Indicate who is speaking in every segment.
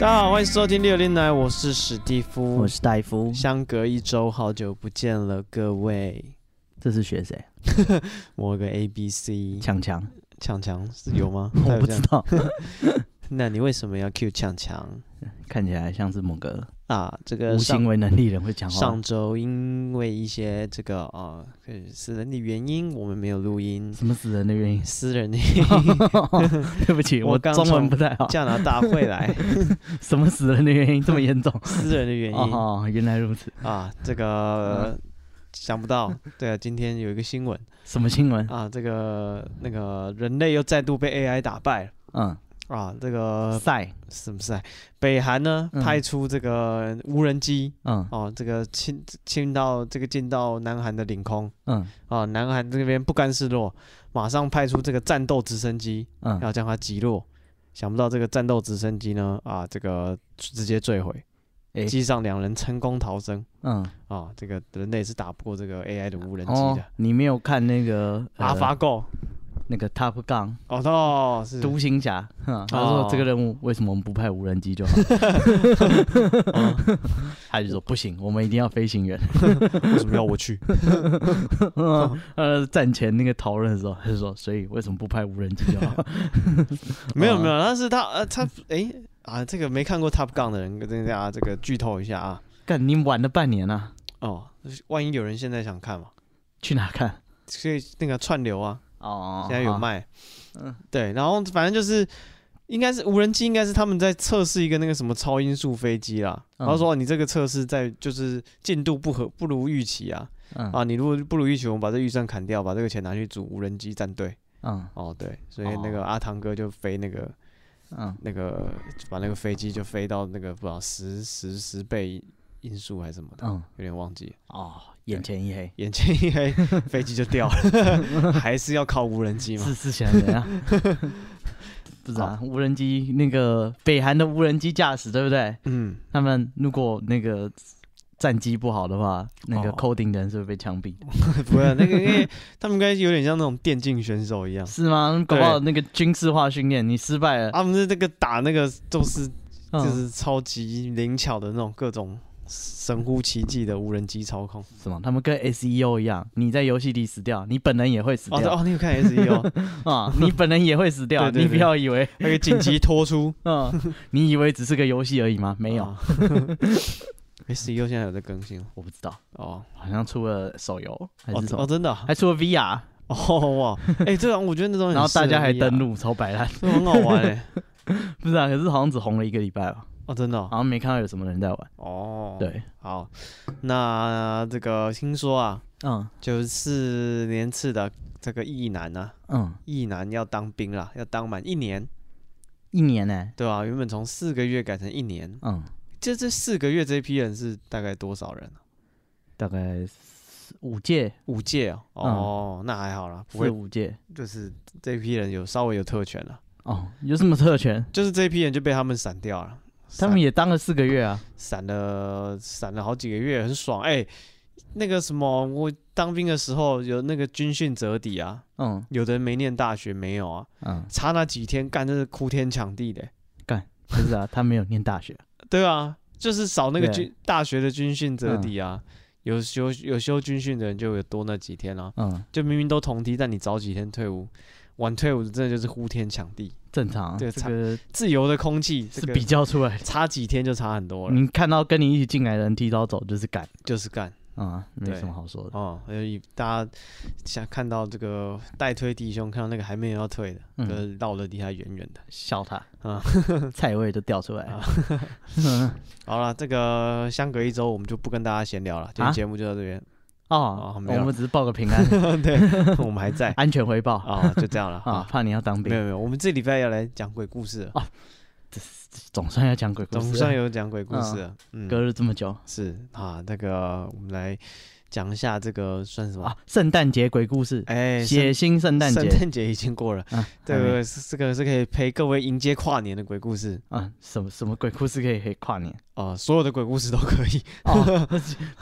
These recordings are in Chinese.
Speaker 1: 大家好，欢迎收听六零来，我是史蒂夫，
Speaker 2: 我是戴夫，
Speaker 1: 相隔一周，好久不见了，各位。
Speaker 2: 这是学谁？
Speaker 1: 我有个 A B C
Speaker 2: 强强，
Speaker 1: 强强是有 吗？他
Speaker 2: 我
Speaker 1: 有
Speaker 2: 不
Speaker 1: 这
Speaker 2: 知
Speaker 1: 样
Speaker 2: 道，
Speaker 1: 那你为什么要 Q 强强
Speaker 2: 看起来像是 某个
Speaker 1: 啊？这
Speaker 2: 无
Speaker 1: 个
Speaker 2: 行
Speaker 1: 上
Speaker 2: 为能力人会讲话
Speaker 1: 上，周因为一些这个啊，可以私人的原因，我们没有录音。？
Speaker 2: 什么死人的原 因
Speaker 1: 私人的
Speaker 2: 对不起，
Speaker 1: 我
Speaker 2: 我
Speaker 1: 刚
Speaker 2: 中
Speaker 1: 从
Speaker 2: 文不太好。
Speaker 1: 加拿大会来，
Speaker 2: 什么死人的原因这么严重？
Speaker 1: 私人的 原因
Speaker 2: 哦，原来如此。
Speaker 1: 啊，这个想不到。对啊，今天有一个新闻
Speaker 2: 什么新闻？
Speaker 1: 啊，这个那个人类又再度被 AI 打败了。
Speaker 2: 嗯，
Speaker 1: 啊，这个
Speaker 2: 赛，
Speaker 1: 什么赛？北韩呢
Speaker 2: 嗯
Speaker 1: 派出这个无人机
Speaker 2: 嗯
Speaker 1: 哦、这个侵侵到这个进到南韩的领空
Speaker 2: 嗯
Speaker 1: 啊、南韩这边不甘示弱，马上派出这个战斗直升机
Speaker 2: 嗯，
Speaker 1: 要将它击落。想不到这个战斗直升机呢啊，这个直接坠毁，
Speaker 2: 诶
Speaker 1: 机上两人成功逃生
Speaker 2: 嗯，
Speaker 1: 啊、这个人类是打不过这个 AI 的无人机
Speaker 2: 哦
Speaker 1: 的。，
Speaker 2: 你没有看那个呃
Speaker 1: 阿法狗
Speaker 2: 那个 Top Gun
Speaker 1: 哦，哦是
Speaker 2: 独行侠？哼他说
Speaker 1: 哦
Speaker 2: 这个任务为什么我们不派无人机 就 好？
Speaker 1: 哦
Speaker 2: 他就说不行，我们一定要飞行员。
Speaker 1: 为什么要我去？嗯
Speaker 2: 呃，战前那个讨论的时候，他就说，所以为什么不拍无人机就啊好？
Speaker 1: 没有
Speaker 2: 啊
Speaker 1: 没有，但是他呃他诶啊，这个没看过 Top Gun 的人跟大家这个剧透一下啊
Speaker 2: 干，你晚了半年啊，
Speaker 1: 哦，万一有人现在想看嘛，
Speaker 2: 去哪看？
Speaker 1: 所以那个串流啊
Speaker 2: 哦，
Speaker 1: 现在有
Speaker 2: 好，
Speaker 1: 卖，
Speaker 2: 嗯
Speaker 1: 对，然后反正就是应该是无人机，应该是他们在测试一个那个什么超音速飞机啦，
Speaker 2: 嗯
Speaker 1: 然后说哦你这个测试在就是进度不合不如预期啊
Speaker 2: 嗯
Speaker 1: 啊，你如果不如预期，我们把这预算砍掉，把这个钱拿去组无人机战队
Speaker 2: 嗯
Speaker 1: 哦，对，所以那个阿汤哥就飞那个。
Speaker 2: 嗯，
Speaker 1: 那个把那个飞机就飞到那个不知道十十十倍音速还是什么的，
Speaker 2: 嗯，
Speaker 1: 有点忘记了，
Speaker 2: 哦，眼前一黑，
Speaker 1: 眼前一黑，飞机就掉 了，还是要靠无人机嘛
Speaker 2: 是？是想怎 样？啊不知道，啊无人机那个北韩的无人机驾驶，对不对？
Speaker 1: 嗯，
Speaker 2: 他们如果那个战机不好的话，那个
Speaker 1: 哦
Speaker 2: coding 的人是会被枪毙的，
Speaker 1: 不会啊，那个因为他们应该有点像那种电竞选手一样，
Speaker 2: 是吗？搞不好那个军事化训练你失败了，
Speaker 1: 他们是那个打那个都是哦就
Speaker 2: 嗯
Speaker 1: 是超级灵巧的那种各种神乎其技的无人机操控。
Speaker 2: 什么？他们跟 SEO 一样，你在游戏里死掉，你本人也会死
Speaker 1: 哦对
Speaker 2: 掉
Speaker 1: 哦，你有看 S E O
Speaker 2: 啊，你本人也会死掉。
Speaker 1: 对对
Speaker 2: 你不
Speaker 1: 对
Speaker 2: 要以为，
Speaker 1: 那个紧急拖出
Speaker 2: 嗯， 你以为只是个游戏而已吗？没有，
Speaker 1: ？S E O 现在有在更新吗
Speaker 2: 我不知道，
Speaker 1: 哦
Speaker 2: 好像出了手游还
Speaker 1: 哦
Speaker 2: 是什
Speaker 1: 哦
Speaker 2: 么，
Speaker 1: 真的啊
Speaker 2: 还出了 VR，
Speaker 1: 哦哇，哎这种我觉得那种很
Speaker 2: 然后大
Speaker 1: 适合啊
Speaker 2: 家还
Speaker 1: VR
Speaker 2: 登录，超白烂。
Speaker 1: 这很好玩哎、
Speaker 2: 不是啊，可是好像只红了一个礼拜吧，
Speaker 1: 哦，真的哦
Speaker 2: 好像没看到有什么人在玩。
Speaker 1: 哦，，
Speaker 2: 对，
Speaker 1: 好，那这个听说啊，
Speaker 2: 嗯
Speaker 1: 九四年次的这个役男啊，
Speaker 2: 嗯，
Speaker 1: 役男要当兵啦，要当满一年，
Speaker 2: 一年呢，
Speaker 1: 对吧、原本从四个月改成一年，
Speaker 2: 嗯，
Speaker 1: 这这四个月这批人是大概多少人啊、
Speaker 2: 大概四五届，
Speaker 1: 五届哦，
Speaker 2: 嗯
Speaker 1: 哦，那还好啦，不
Speaker 2: 四
Speaker 1: 会，
Speaker 2: 五届。
Speaker 1: 就是这批人有稍微有特权了，
Speaker 2: 哦，有什么特权？
Speaker 1: 就是这批人就被他们闪掉了，
Speaker 2: 他
Speaker 1: 闪
Speaker 2: 们也当了四个月啊。
Speaker 1: 闪了闪了好几个月，很爽。哎、那个什么，我当兵的时候有那个军训折抵啊，
Speaker 2: 嗯
Speaker 1: 有的人没念大学没有啊，
Speaker 2: 嗯，
Speaker 1: 差那几天干真是哭天抢地的、
Speaker 2: 不是啊，他没有念大学。
Speaker 1: 对啊，就是少那个
Speaker 2: 对嗯
Speaker 1: 军大学的军训折抵啊。有修有修军训的人就有多那几天啊，
Speaker 2: 嗯，
Speaker 1: 就明明都同梯，但你早几天退伍，晚退伍真的就是呼天抢地，
Speaker 2: 正常啊，
Speaker 1: 这个
Speaker 2: 这
Speaker 1: 差
Speaker 2: 个
Speaker 1: 自由的空气这
Speaker 2: 是
Speaker 1: 个
Speaker 2: 比较出来的。嗯
Speaker 1: 差几天就差很多了，
Speaker 2: 你看到跟你一起进来的人提早走就是赶，
Speaker 1: 就是干
Speaker 2: 啊、没
Speaker 1: 对
Speaker 2: 什么好说的。
Speaker 1: 哦，所以大家想看到这个代推弟兄，看到那个还没有要退的，
Speaker 2: 嗯
Speaker 1: 就绕的离他远远的。
Speaker 2: 笑他
Speaker 1: 啊
Speaker 2: 菜味都掉出来了。
Speaker 1: 好了，这个相隔一周，我们就不跟大家闲聊了，今天
Speaker 2: 啊
Speaker 1: 节目就到这边，
Speaker 2: 哦，
Speaker 1: 哦
Speaker 2: 我
Speaker 1: 没有
Speaker 2: 们只是报个平安，
Speaker 1: 对， 我们还在
Speaker 2: 安全回报 啊
Speaker 1: 啊，就这样了啊。
Speaker 2: 怕你要当
Speaker 1: 没有
Speaker 2: 兵，
Speaker 1: 没有，我们这礼拜要来讲鬼故事了，
Speaker 2: 总算要讲鬼故事了，
Speaker 1: 总算有讲鬼故事了。
Speaker 2: 隔
Speaker 1: 嗯，
Speaker 2: 了这么久
Speaker 1: 是啊，那个我们来讲一下这个算什么？
Speaker 2: 啊！圣诞节鬼故事，
Speaker 1: 嗯哎，
Speaker 2: 血
Speaker 1: 圣
Speaker 2: 腥圣诞
Speaker 1: 圣
Speaker 2: 节
Speaker 1: 诞节已经过了，
Speaker 2: 啊，
Speaker 1: 这
Speaker 2: 还没
Speaker 1: 个是这个是可以陪各位迎接跨年的鬼故事
Speaker 2: 啊，什么什么鬼故事可以可以 跨年？
Speaker 1: 啊，所有的鬼故事都可以。
Speaker 2: 哦，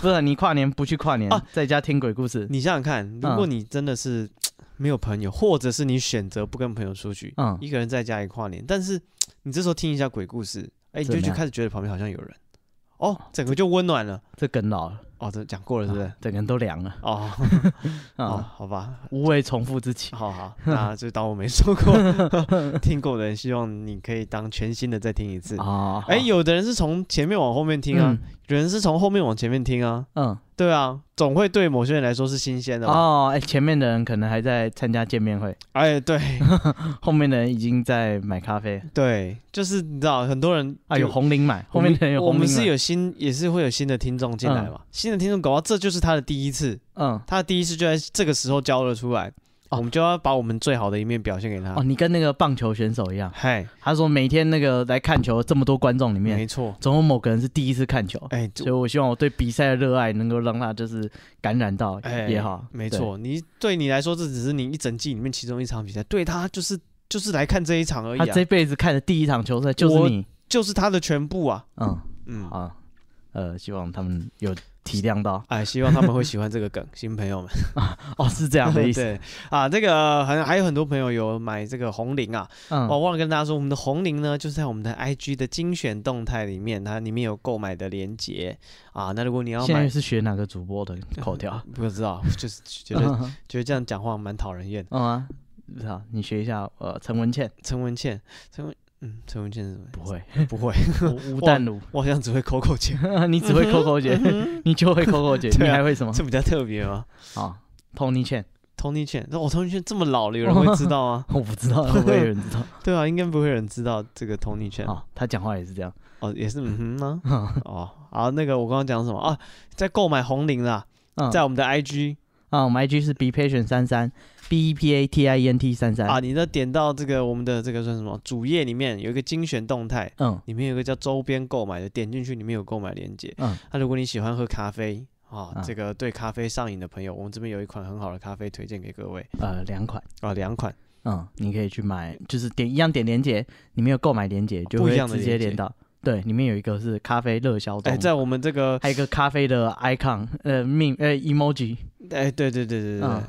Speaker 2: 不是你跨年不去跨年
Speaker 1: 啊，
Speaker 2: 在家听鬼故 事，
Speaker 1: 你想想看，如果
Speaker 2: 嗯
Speaker 1: 你真的是没有朋友，或者是你选择不跟朋友出去，
Speaker 2: 嗯，
Speaker 1: 一个人在家里跨年，但是你这时候听一下鬼故事，哎、你
Speaker 2: 怎
Speaker 1: 就
Speaker 2: 么
Speaker 1: 就
Speaker 2: 样
Speaker 1: 开始觉得旁边好像有人，哦，整个就温暖了。
Speaker 2: 这梗老了，
Speaker 1: 哦，这讲过了是不是？
Speaker 2: 啊整个人都凉了
Speaker 1: 哦，哦，
Speaker 2: 啊，
Speaker 1: 好吧，
Speaker 2: 无谓重复之情。
Speaker 1: 好好，那就当我没说过。听过的 人，希望你可以当全新的再听一次。
Speaker 2: 啊，
Speaker 1: 哎、有的人是从前面往后面听啊，有人是从后面往前面听啊，
Speaker 2: 嗯，
Speaker 1: 对啊，总会对某些人来说是新鲜
Speaker 2: 嗯，
Speaker 1: 的嘛。
Speaker 2: 哦，哎，前面的人可能还在参加见 面会，
Speaker 1: 哎、对
Speaker 2: 后面的人已经在买咖啡
Speaker 1: 对，就是你知道，很多人
Speaker 2: 啊，有
Speaker 1: 就
Speaker 2: 红领买，后面的嗯人有
Speaker 1: 我
Speaker 2: 红
Speaker 1: 们
Speaker 2: 领
Speaker 1: 是
Speaker 2: 买，
Speaker 1: 有新，也是会有新的听众进来嘛。新的听众搞到这就是他的第一次，
Speaker 2: 嗯，
Speaker 1: 他的第一次就在这个时候交了出来，
Speaker 2: 哦
Speaker 1: 我们就要把我们最好的一面表现给他
Speaker 2: 哦，。你跟那个棒球选手一样，
Speaker 1: 嗨，
Speaker 2: 他说每天那个来看球这么多观众里面，
Speaker 1: 没错，
Speaker 2: 总有某个人是第一次看球，
Speaker 1: 哎，
Speaker 2: 所
Speaker 1: 就
Speaker 2: 以我希望我对比赛的热爱能够让他就是感染到
Speaker 1: 哎
Speaker 2: 也好，
Speaker 1: 没错，你对你来说这只是你一整季里面其中一场比赛，对他就是就是来看这一场而
Speaker 2: 对，
Speaker 1: 已、
Speaker 2: 他这
Speaker 1: 啊，
Speaker 2: 辈子看的第一场球赛就是
Speaker 1: 我
Speaker 2: 你，
Speaker 1: 就是他的全部啊。
Speaker 2: 嗯，
Speaker 1: 嗯，
Speaker 2: 好，呃，希望他们有体谅到，
Speaker 1: 哎，希望他们会喜欢这个梗，新朋友们。
Speaker 2: 哦，是这样的意思，
Speaker 1: 对啊，这个很还有很多朋友有买这个红菱啊，
Speaker 2: 嗯
Speaker 1: 我、，忘了跟大家说，我们的红菱呢，就是在我们的 IG 的精选动态里面，它里面有购买的链接啊。那如果你要
Speaker 2: 现在
Speaker 1: 买，
Speaker 2: 是学哪个主播的口 条？啊
Speaker 1: 不知道，就是觉得
Speaker 2: 嗯
Speaker 1: 觉得这样讲话蛮讨人厌的。
Speaker 2: 啊，不知道你学一下，呃，陈文茜
Speaker 1: 陈文茜，陈文，嗯，陈文茜是什么？
Speaker 2: 不会，
Speaker 1: 不会，
Speaker 2: 吴吴淡如，
Speaker 1: 我好像只会口口姐，
Speaker 2: 你只会扣扣姐，
Speaker 1: 嗯
Speaker 2: 你就会扣扣姐，你
Speaker 1: 对啊
Speaker 2: 还会什么？
Speaker 1: 这比较特别吗
Speaker 2: 啊，Tony Chen，？
Speaker 1: ？Tony 茜，那我 Tony 茜这么老了，有人会知道吗
Speaker 2: 嗯 我不知 道会不会有人知道。
Speaker 1: 对啊，应该不会有人知道这个 Tony 茜
Speaker 2: 哦，他讲话也是这样。
Speaker 1: 哦，也是嗯哼吗？哦，好，那个我刚刚讲什么啊？在购买红菱啦，
Speaker 2: 嗯，
Speaker 1: 在我们的 IG
Speaker 2: 啊，我们 IG 是 be patient 三三 b e p a t i e n t 三三
Speaker 1: 啊，，你呢点到这个我们的这个算什么主页里面有一个精选动态，
Speaker 2: 嗯
Speaker 1: 里面有一个叫周边购买的，点进去里面有购买链接。
Speaker 2: 嗯，
Speaker 1: 那、如果你喜欢喝咖啡啊，
Speaker 2: 啊
Speaker 1: 这个对咖啡上瘾的朋友，我们这边有一款很好的咖啡推荐给各位
Speaker 2: 呃，两款，
Speaker 1: 啊，两款
Speaker 2: 嗯，你可以去买，就是点一样点连接，你没有购买连接就
Speaker 1: 不一
Speaker 2: 会
Speaker 1: 样的
Speaker 2: 直接
Speaker 1: 连结
Speaker 2: 连到。对，里面有一个是咖啡热销
Speaker 1: 哎、
Speaker 2: 中，
Speaker 1: 在我们这个
Speaker 2: 还有一个咖啡的 icon，呃，命呃 emoji，
Speaker 1: 哎、对对对对对对，
Speaker 2: 嗯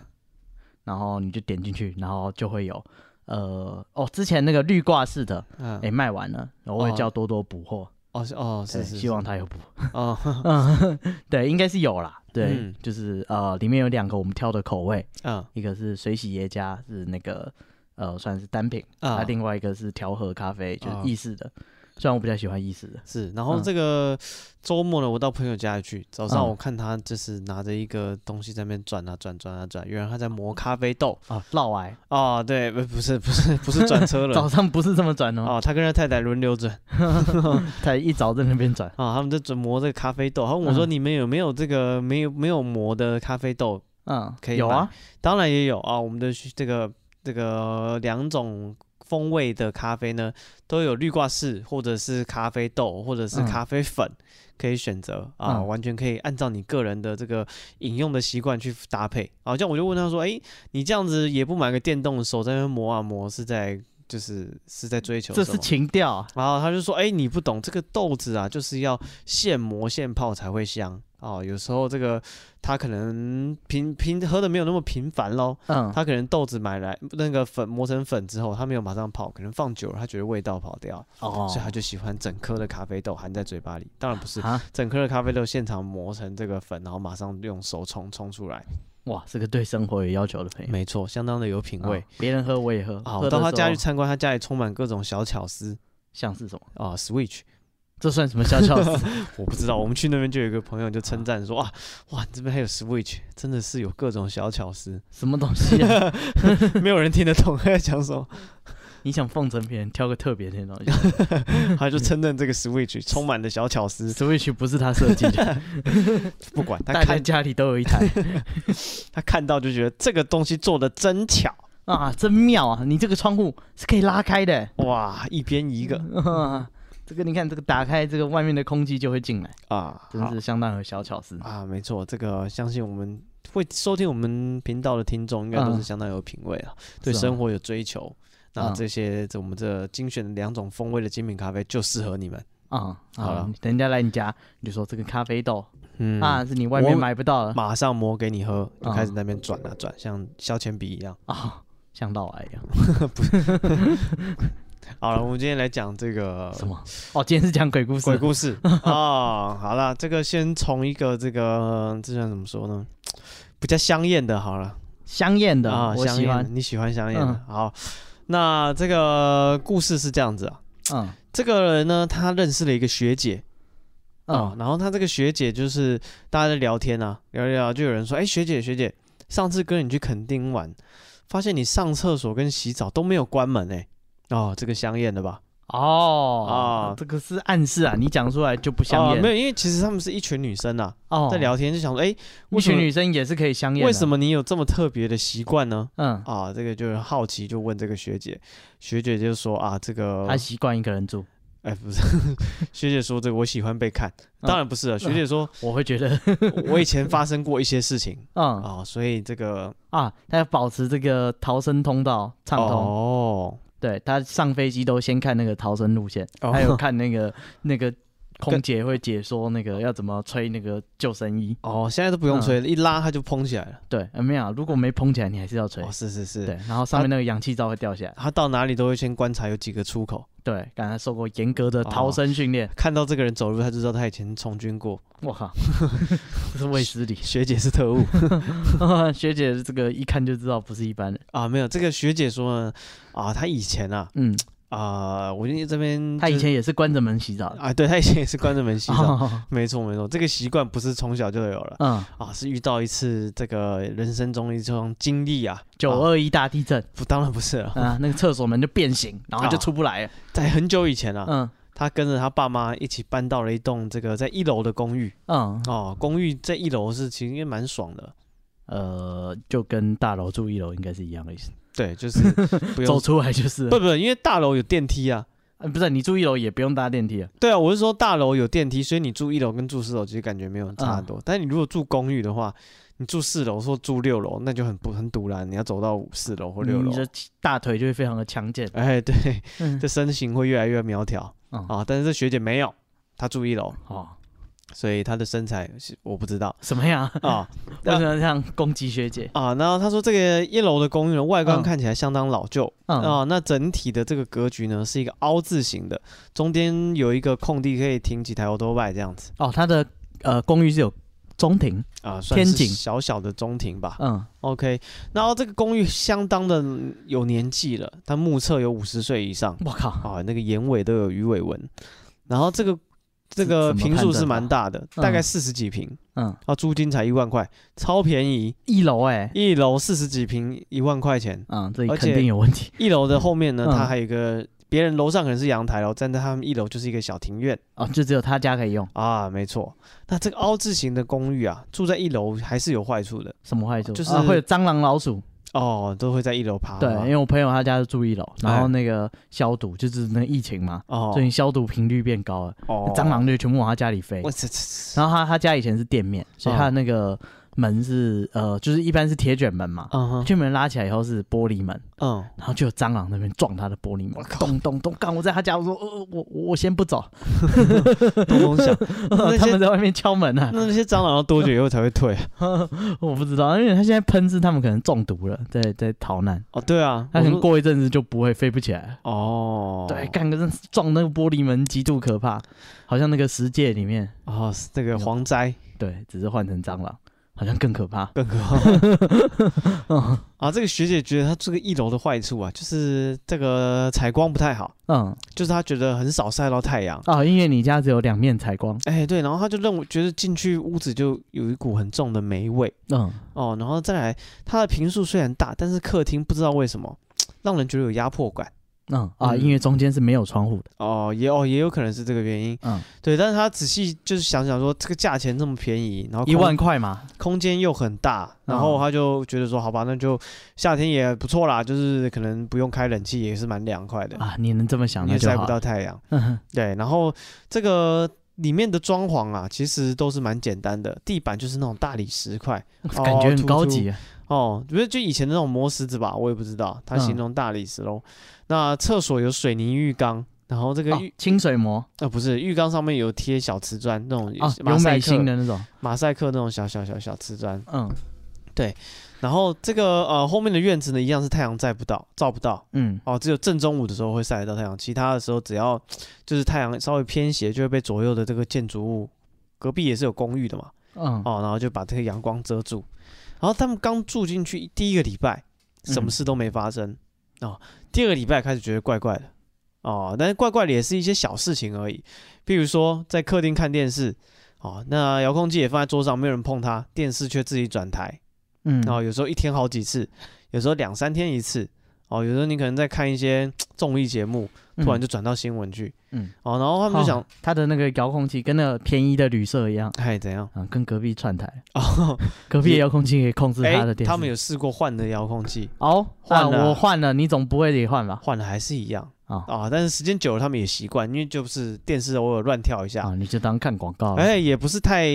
Speaker 2: 然后你就点进去，然后就会有，呃，哦，之前那个绿挂式的，
Speaker 1: 嗯，
Speaker 2: 哎，卖完了，我也叫多多补货，
Speaker 1: 哦是哦是
Speaker 2: 对
Speaker 1: 是是
Speaker 2: 希望他 有补。
Speaker 1: 哦，
Speaker 2: 嗯， 对，应该是有啦。对，
Speaker 1: 嗯
Speaker 2: 就是呃，里面有两个我们挑的口味，
Speaker 1: 嗯
Speaker 2: 一个是水洗耶加，是那个呃算是单品，那、
Speaker 1: 啊
Speaker 2: 另外一个是调和咖啡，就
Speaker 1: 啊
Speaker 2: 是意式的。虽然我比较喜欢意式的，
Speaker 1: 是，然后
Speaker 2: 嗯
Speaker 1: 这个周末呢，我到朋友家里去，早上
Speaker 2: 嗯
Speaker 1: 我看他就是拿着一个东西在那边转啊转转啊转，原来他在磨咖啡豆。
Speaker 2: 啊，绕癌，
Speaker 1: 哦，对，不不是不是不是转车
Speaker 2: 早
Speaker 1: 了。
Speaker 2: 上不是这么转哦，
Speaker 1: 哦，他跟他太太轮流转
Speaker 2: 他一早在那边转，
Speaker 1: 啊、他们在转磨这个咖啡豆。他问我说：“
Speaker 2: 嗯
Speaker 1: 你们有没有这个没有没有磨的咖啡豆
Speaker 2: 嗯，
Speaker 1: 可以
Speaker 2: 有啊，
Speaker 1: 当然也有啊，我们的需这个这个两种风味的咖啡呢，都有滤挂式或者是咖啡豆或者是
Speaker 2: 嗯
Speaker 1: 咖啡粉可以选择啊，
Speaker 2: 嗯
Speaker 1: 完全可以按照你个人的这个饮用的习惯去搭配。啊，这样我就问他说，诶，你这样子也不买个电动手在那边磨啊磨，是在就是是在追求
Speaker 2: 这
Speaker 1: 什
Speaker 2: 是
Speaker 1: 么？
Speaker 2: 情调啊，
Speaker 1: 然后他就说：“哎、你不懂这个豆子啊，就是要现磨现泡才会香哦。有时候这个他可能频频喝的没有那么频繁喽，
Speaker 2: 嗯，
Speaker 1: 他可能豆子买来那个粉磨成粉之后，他没有马上泡，可能放久了他觉得味道跑掉，
Speaker 2: 哦
Speaker 1: 所以他就喜欢整颗的咖啡豆含在嘴巴里。当然不 是，
Speaker 2: 啊，
Speaker 1: 整颗的咖啡豆现场磨成这个粉，然后马上用手冲冲出来，
Speaker 2: 哇，是个对生活有要求的朋友，
Speaker 1: 没错，相当的有品味
Speaker 2: 啊，别人喝我也喝，
Speaker 1: 啊。
Speaker 2: 喝
Speaker 1: 我到
Speaker 2: 的
Speaker 1: 他
Speaker 2: 时
Speaker 1: 家
Speaker 2: 候
Speaker 1: 去参观，他家里充满各种小巧思
Speaker 2: 像是什么？
Speaker 1: 啊，Switch。
Speaker 2: 这算什么小巧思？
Speaker 1: 我不知
Speaker 2: 嗯
Speaker 1: 道，我们去那边就有一个朋友就称赞说，哇哇，你这边还有 Switch，真的是有各种小巧思，
Speaker 2: 什么东西啊？
Speaker 1: 没有人听得懂 他在讲什么，
Speaker 2: 你想奉承别人，挑个特别的东 西。
Speaker 1: 他就称赞这个 Switch 充满了小巧思，
Speaker 2: Switch 不是他设计的，
Speaker 1: 不管他
Speaker 2: 大家
Speaker 1: 看
Speaker 2: 家里都有一台
Speaker 1: 他看到就觉得这个东西做的真巧，
Speaker 2: 啊，真妙啊！你这个窗户是可以拉开的、
Speaker 1: 哇，一边一个
Speaker 2: 啊这个你看，这个打开，这个外面的空气就会进来，
Speaker 1: 啊，
Speaker 2: 真是相当有小巧思
Speaker 1: 好。啊，没错，这个相信我们会收听我们频道的听众，应该都是相当有品味啊，对
Speaker 2: 嗯是啊
Speaker 1: 生活有追求。那
Speaker 2: 嗯
Speaker 1: 这些，这我们这精选的两种风味的精品咖啡就适合你们。
Speaker 2: 啊、
Speaker 1: 好了
Speaker 2: 啊，人家来你家，你就说这个咖啡豆、
Speaker 1: 嗯
Speaker 2: 啊，是你外面
Speaker 1: 我
Speaker 2: 买不到的
Speaker 1: 马上磨给你喝，就
Speaker 2: 啊
Speaker 1: 开始在那边转啊转，像削铅笔一 样。
Speaker 2: 啊，像老癌一样。
Speaker 1: 好了，我们今天来讲这个
Speaker 2: 什么？哦，今天是讲鬼故事。
Speaker 1: 鬼故事 啊、好了，这个先从一个这个这算怎么说呢？比较香艳的，好了
Speaker 2: 香艳的，
Speaker 1: 啊，
Speaker 2: 我
Speaker 1: 香
Speaker 2: 喜
Speaker 1: 艳
Speaker 2: 欢嗯
Speaker 1: 的。你喜欢香艳的。好，那这个故事是这样子啊，
Speaker 2: 嗯
Speaker 1: 这个人呢，他认识了一个学姐啊、
Speaker 2: 嗯
Speaker 1: 然后他这个学姐就是大家在聊天啊，聊一聊就有人说，哎、学姐学姐，上次跟你去垦丁玩，发现你上厕所跟洗澡都没有关门哎、哦，这个香艳的吧？
Speaker 2: 哦
Speaker 1: 啊
Speaker 2: 这个是暗示啊，你讲出来就不香
Speaker 1: 哦，没
Speaker 2: 艳
Speaker 1: 有，因为其实他们是一群女生啊，
Speaker 2: 哦。
Speaker 1: 在，聊天就想说，哎、
Speaker 2: 一
Speaker 1: 为什
Speaker 2: 群
Speaker 1: 么
Speaker 2: 女生也是可以香艳的。
Speaker 1: 为什？么你有这么特别的习惯呢？
Speaker 2: 嗯，
Speaker 1: 啊，这个就是好奇，就问这个学姐，学姐就说啊，这个
Speaker 2: 她习惯一个人住，
Speaker 1: 哎不是， 学姐说这个我喜欢被看，
Speaker 2: 嗯
Speaker 1: 当然不是啊，学姐说
Speaker 2: 我会觉得，
Speaker 1: 我以前发生过一些事情
Speaker 2: 嗯
Speaker 1: 啊，所以这个
Speaker 2: 啊，她要保持这个逃生通道畅通。
Speaker 1: 哦，
Speaker 2: 对，她上飞机都先看那个逃生路线，
Speaker 1: 哦
Speaker 2: 还有看 那个那个空姐会解说那个要怎么吹那个救生衣。
Speaker 1: 哦，现在都不用
Speaker 2: 嗯
Speaker 1: 吹了，一拉它就蓬起来了。
Speaker 2: 对，呃没有啊，如果没蓬起来，你还是要吹
Speaker 1: 哦，。是是
Speaker 2: 对
Speaker 1: 是，，
Speaker 2: 然后上面那个氧气罩会掉下来。
Speaker 1: 他到哪里都会先观察有几个出口，
Speaker 2: 对，刚才受过严格
Speaker 1: 哦
Speaker 2: 的逃生训练。
Speaker 1: 看到这个人走路，他就知道他以前从军过。
Speaker 2: 我靠， 这是卫斯理
Speaker 1: 学姐是特 务
Speaker 2: 学姐，这个一看就知道不是一般人。
Speaker 1: 啊，没有这个学姐说呢，啊，她以前啊
Speaker 2: 嗯，
Speaker 1: 啊，我觉得这边
Speaker 2: 她以
Speaker 1: 就是
Speaker 2: 前也是关着门洗澡的。
Speaker 1: 啊，对她以前也是关着门洗澡，
Speaker 2: 哦
Speaker 1: 没错没错，这个习惯不是从小就有了
Speaker 2: 嗯，
Speaker 1: 啊，是遇到一次这个人生中一种经历啊，
Speaker 2: 九
Speaker 1: 啊
Speaker 2: 二一大 地震
Speaker 1: 不当然不是了，
Speaker 2: 啊，那个厕所门就变形，然后就出不来了。
Speaker 1: 在很久以前啊，
Speaker 2: 嗯
Speaker 1: 他跟着他爸妈一起搬到了一栋这个在一楼的公寓
Speaker 2: 嗯，
Speaker 1: 哦，公寓在一楼是其实应该蛮爽的，
Speaker 2: 呃，就跟大楼住一楼应该是一样的意思。
Speaker 1: 对，就是 不
Speaker 2: 走
Speaker 1: 用
Speaker 2: 出来就是了
Speaker 1: 不，不，因为大楼有电梯啊，
Speaker 2: 呃不是你住一楼也不用搭电梯了。
Speaker 1: 对啊，我是说大楼有电梯，所以你住一楼跟住四楼其实感觉没有差很多，
Speaker 2: 嗯
Speaker 1: 但你如果住公寓的话，你住四楼或住六楼，那就很不很堵然，你要走到四楼或六楼
Speaker 2: 你。的大腿就会非常的强健。
Speaker 1: 哎，对，
Speaker 2: 嗯
Speaker 1: 这身形会越来越苗条、
Speaker 2: 嗯
Speaker 1: 啊！但是这学姐没有，她住一楼，
Speaker 2: 哦，
Speaker 1: 所以她的身材是我不知道
Speaker 2: 什么呀？
Speaker 1: 啊
Speaker 2: 为什么要这样攻击学姐？
Speaker 1: 啊。然后她说这个一楼的公寓呢，外观
Speaker 2: 嗯
Speaker 1: 看起来相当老旧、
Speaker 2: 嗯
Speaker 1: 啊，那整体的这个格局呢是一个凹字形的，中间有一个空地可以停几台 o l d b i 这样子
Speaker 2: 哦，他的呃公寓是有中庭，
Speaker 1: 啊，算是
Speaker 2: 天井
Speaker 1: 小小的中庭吧。
Speaker 2: 嗯
Speaker 1: OK，然后这个公寓相当的有年纪了，它目测有五十岁以上。
Speaker 2: 我靠，
Speaker 1: 啊，那个眼尾都有鱼尾纹，然后这个这个
Speaker 2: 怎么
Speaker 1: 平
Speaker 2: 判
Speaker 1: 数
Speaker 2: 断
Speaker 1: 是
Speaker 2: 的
Speaker 1: 蛮
Speaker 2: 啊
Speaker 1: 大的，大概
Speaker 2: 嗯
Speaker 1: 四十几平，
Speaker 2: 嗯，
Speaker 1: 啊，租金才一万块，超便宜，
Speaker 2: 一楼哎、
Speaker 1: 一楼四十几平一万块钱，
Speaker 2: 嗯，这里
Speaker 1: 而
Speaker 2: 肯
Speaker 1: 且
Speaker 2: 定有问题
Speaker 1: 一楼的后面呢，它
Speaker 2: 嗯
Speaker 1: 还有一个别人楼上可能是阳台楼，站在他们一楼就是一个小庭院
Speaker 2: 哦，就只有他家可以用，
Speaker 1: 啊，没错，那这个凹字形的公寓啊，住在一楼还是有坏处的
Speaker 2: 什么坏处？
Speaker 1: 就是
Speaker 2: 啊、会有蟑螂、老鼠。
Speaker 1: 哦，都会在一楼爬，
Speaker 2: 对，因为我朋友他家是住一楼，然
Speaker 1: 哎
Speaker 2: 后那个消毒就是那疫情嘛，
Speaker 1: 哦
Speaker 2: 所以消毒频率变高了，
Speaker 1: 哦
Speaker 2: 蟑螂就全部往他家里飞
Speaker 1: 我。嗯这这
Speaker 2: 然后他他家以前是店面，所以他的那个门是呃，就是一般是铁卷门嘛，
Speaker 1: 嗯哼
Speaker 2: 卷门拉起来以后是玻璃门，
Speaker 1: 嗯，
Speaker 2: 然后就有蟑螂那边撞他的玻璃
Speaker 1: 我
Speaker 2: 门，
Speaker 1: 靠
Speaker 2: 咚咚咚！干我在他家，我说呃呃我我先不走，
Speaker 1: 咚咚 响，那
Speaker 2: 他
Speaker 1: 些
Speaker 2: 们在外面敲门啊，
Speaker 1: 那那些蟑螂要多久以后才会退？啊
Speaker 2: 我不知道，因为他现在喷是他们可能中毒了，在在逃难，
Speaker 1: 哦，对啊，
Speaker 2: 他
Speaker 1: 我
Speaker 2: 可
Speaker 1: 说
Speaker 2: 能过一阵子就不会飞不起来了。
Speaker 1: 哦，
Speaker 2: 对，干个真是撞那个玻璃门极度可怕，好像那个十戒里面，
Speaker 1: 哦，是那个蝗灾
Speaker 2: 对，只是换成蟑螂，好像更可怕。嗯
Speaker 1: 更可怕。 啊，这个学姐觉得她这个一楼的坏处啊，就是这个采光不太好，
Speaker 2: 嗯
Speaker 1: 就是她觉得很少晒到太阳。
Speaker 2: 哦，因为你家只有两面采光。
Speaker 1: 哎，对，然后她就认为觉得进去屋子就有一股很重的霉味
Speaker 2: 嗯，
Speaker 1: 哦，然后再来，它的平数虽然大，但是客厅不知道为什么让人觉得有压迫感
Speaker 2: 嗯啊，
Speaker 1: 嗯
Speaker 2: 因为中间是没有窗户的。
Speaker 1: 哦，也哦也有可能是这个原因，
Speaker 2: 嗯，
Speaker 1: 对，但是她仔细就是想想说，这个价钱这么便宜，然后
Speaker 2: 一
Speaker 1: 空
Speaker 2: 万块嘛，
Speaker 1: 空间又很大，然后
Speaker 2: 嗯
Speaker 1: 他就觉得说，好吧，那就夏天也不错啦，就是可能不用开冷气也是蛮凉快的，
Speaker 2: 啊，你能这么想
Speaker 1: 你
Speaker 2: 那
Speaker 1: 也
Speaker 2: 就
Speaker 1: 晒
Speaker 2: 好
Speaker 1: 不
Speaker 2: 了。
Speaker 1: 到太阳。
Speaker 2: 嗯哼
Speaker 1: 对，然后这个里面的装潢啊，其实都是蛮简单的，地板就是那种大理石块
Speaker 2: 感觉很高级啊。
Speaker 1: 哦，不是就以前的那种磨石子吧，我也不知道，他
Speaker 2: 嗯
Speaker 1: 形容大理石咯。那厕所有水泥浴缸。然后这个
Speaker 2: 哦
Speaker 1: 浴
Speaker 2: 清水膜
Speaker 1: 呃不是浴缸上面有贴小瓷砖那种
Speaker 2: 啊，
Speaker 1: 马
Speaker 2: 有
Speaker 1: 赛
Speaker 2: 美
Speaker 1: 克
Speaker 2: 心的那种。
Speaker 1: 马赛克那种小小小小瓷砖，
Speaker 2: 嗯
Speaker 1: 然后这个呃后面的院子呢，一样是太阳晒不到，照不到
Speaker 2: 嗯
Speaker 1: 哦，只有正中午的时候会晒得到太阳，其他的时候只要就是太阳稍微偏斜，就会被左右的这个建筑物隔壁也是有公寓的嘛，
Speaker 2: 嗯
Speaker 1: 哦，然后就把这个阳光遮住。然后他们刚住进去第一个礼拜，什么
Speaker 2: 嗯
Speaker 1: 事都没发生、哦，第二个礼拜开始觉得怪怪的哦，但是怪怪的也是一些小事情而已，比如说在客厅看电视。哦，那遥控器也放在桌上，没有人碰它，电视却自己转台，
Speaker 2: 嗯
Speaker 1: 然后有时候一天好几次，有时候两三天一次。哦，有时候你可能在看一些综艺节目，突然就转到新闻去。
Speaker 2: 嗯
Speaker 1: 哦，然后他
Speaker 2: 他
Speaker 1: 们就想，
Speaker 2: 他的那个遥控器跟那个便宜的旅社一样
Speaker 1: 哎，怎样？
Speaker 2: 啊，跟隔壁串台，
Speaker 1: 哦，
Speaker 2: 隔壁的遥控器可以控制他
Speaker 1: 哎，
Speaker 2: 的电视。
Speaker 1: 他们有试过换的遥控器，
Speaker 2: 哦，
Speaker 1: 换
Speaker 2: 换
Speaker 1: 了
Speaker 2: 我换了，你总不会也换吧？
Speaker 1: 换了还是一样
Speaker 2: 啊
Speaker 1: 啊。但是时间久了，他们也习惯，因为就是电视偶尔乱跳一下
Speaker 2: 啊，，你就当看广告了，
Speaker 1: 哎，也不是太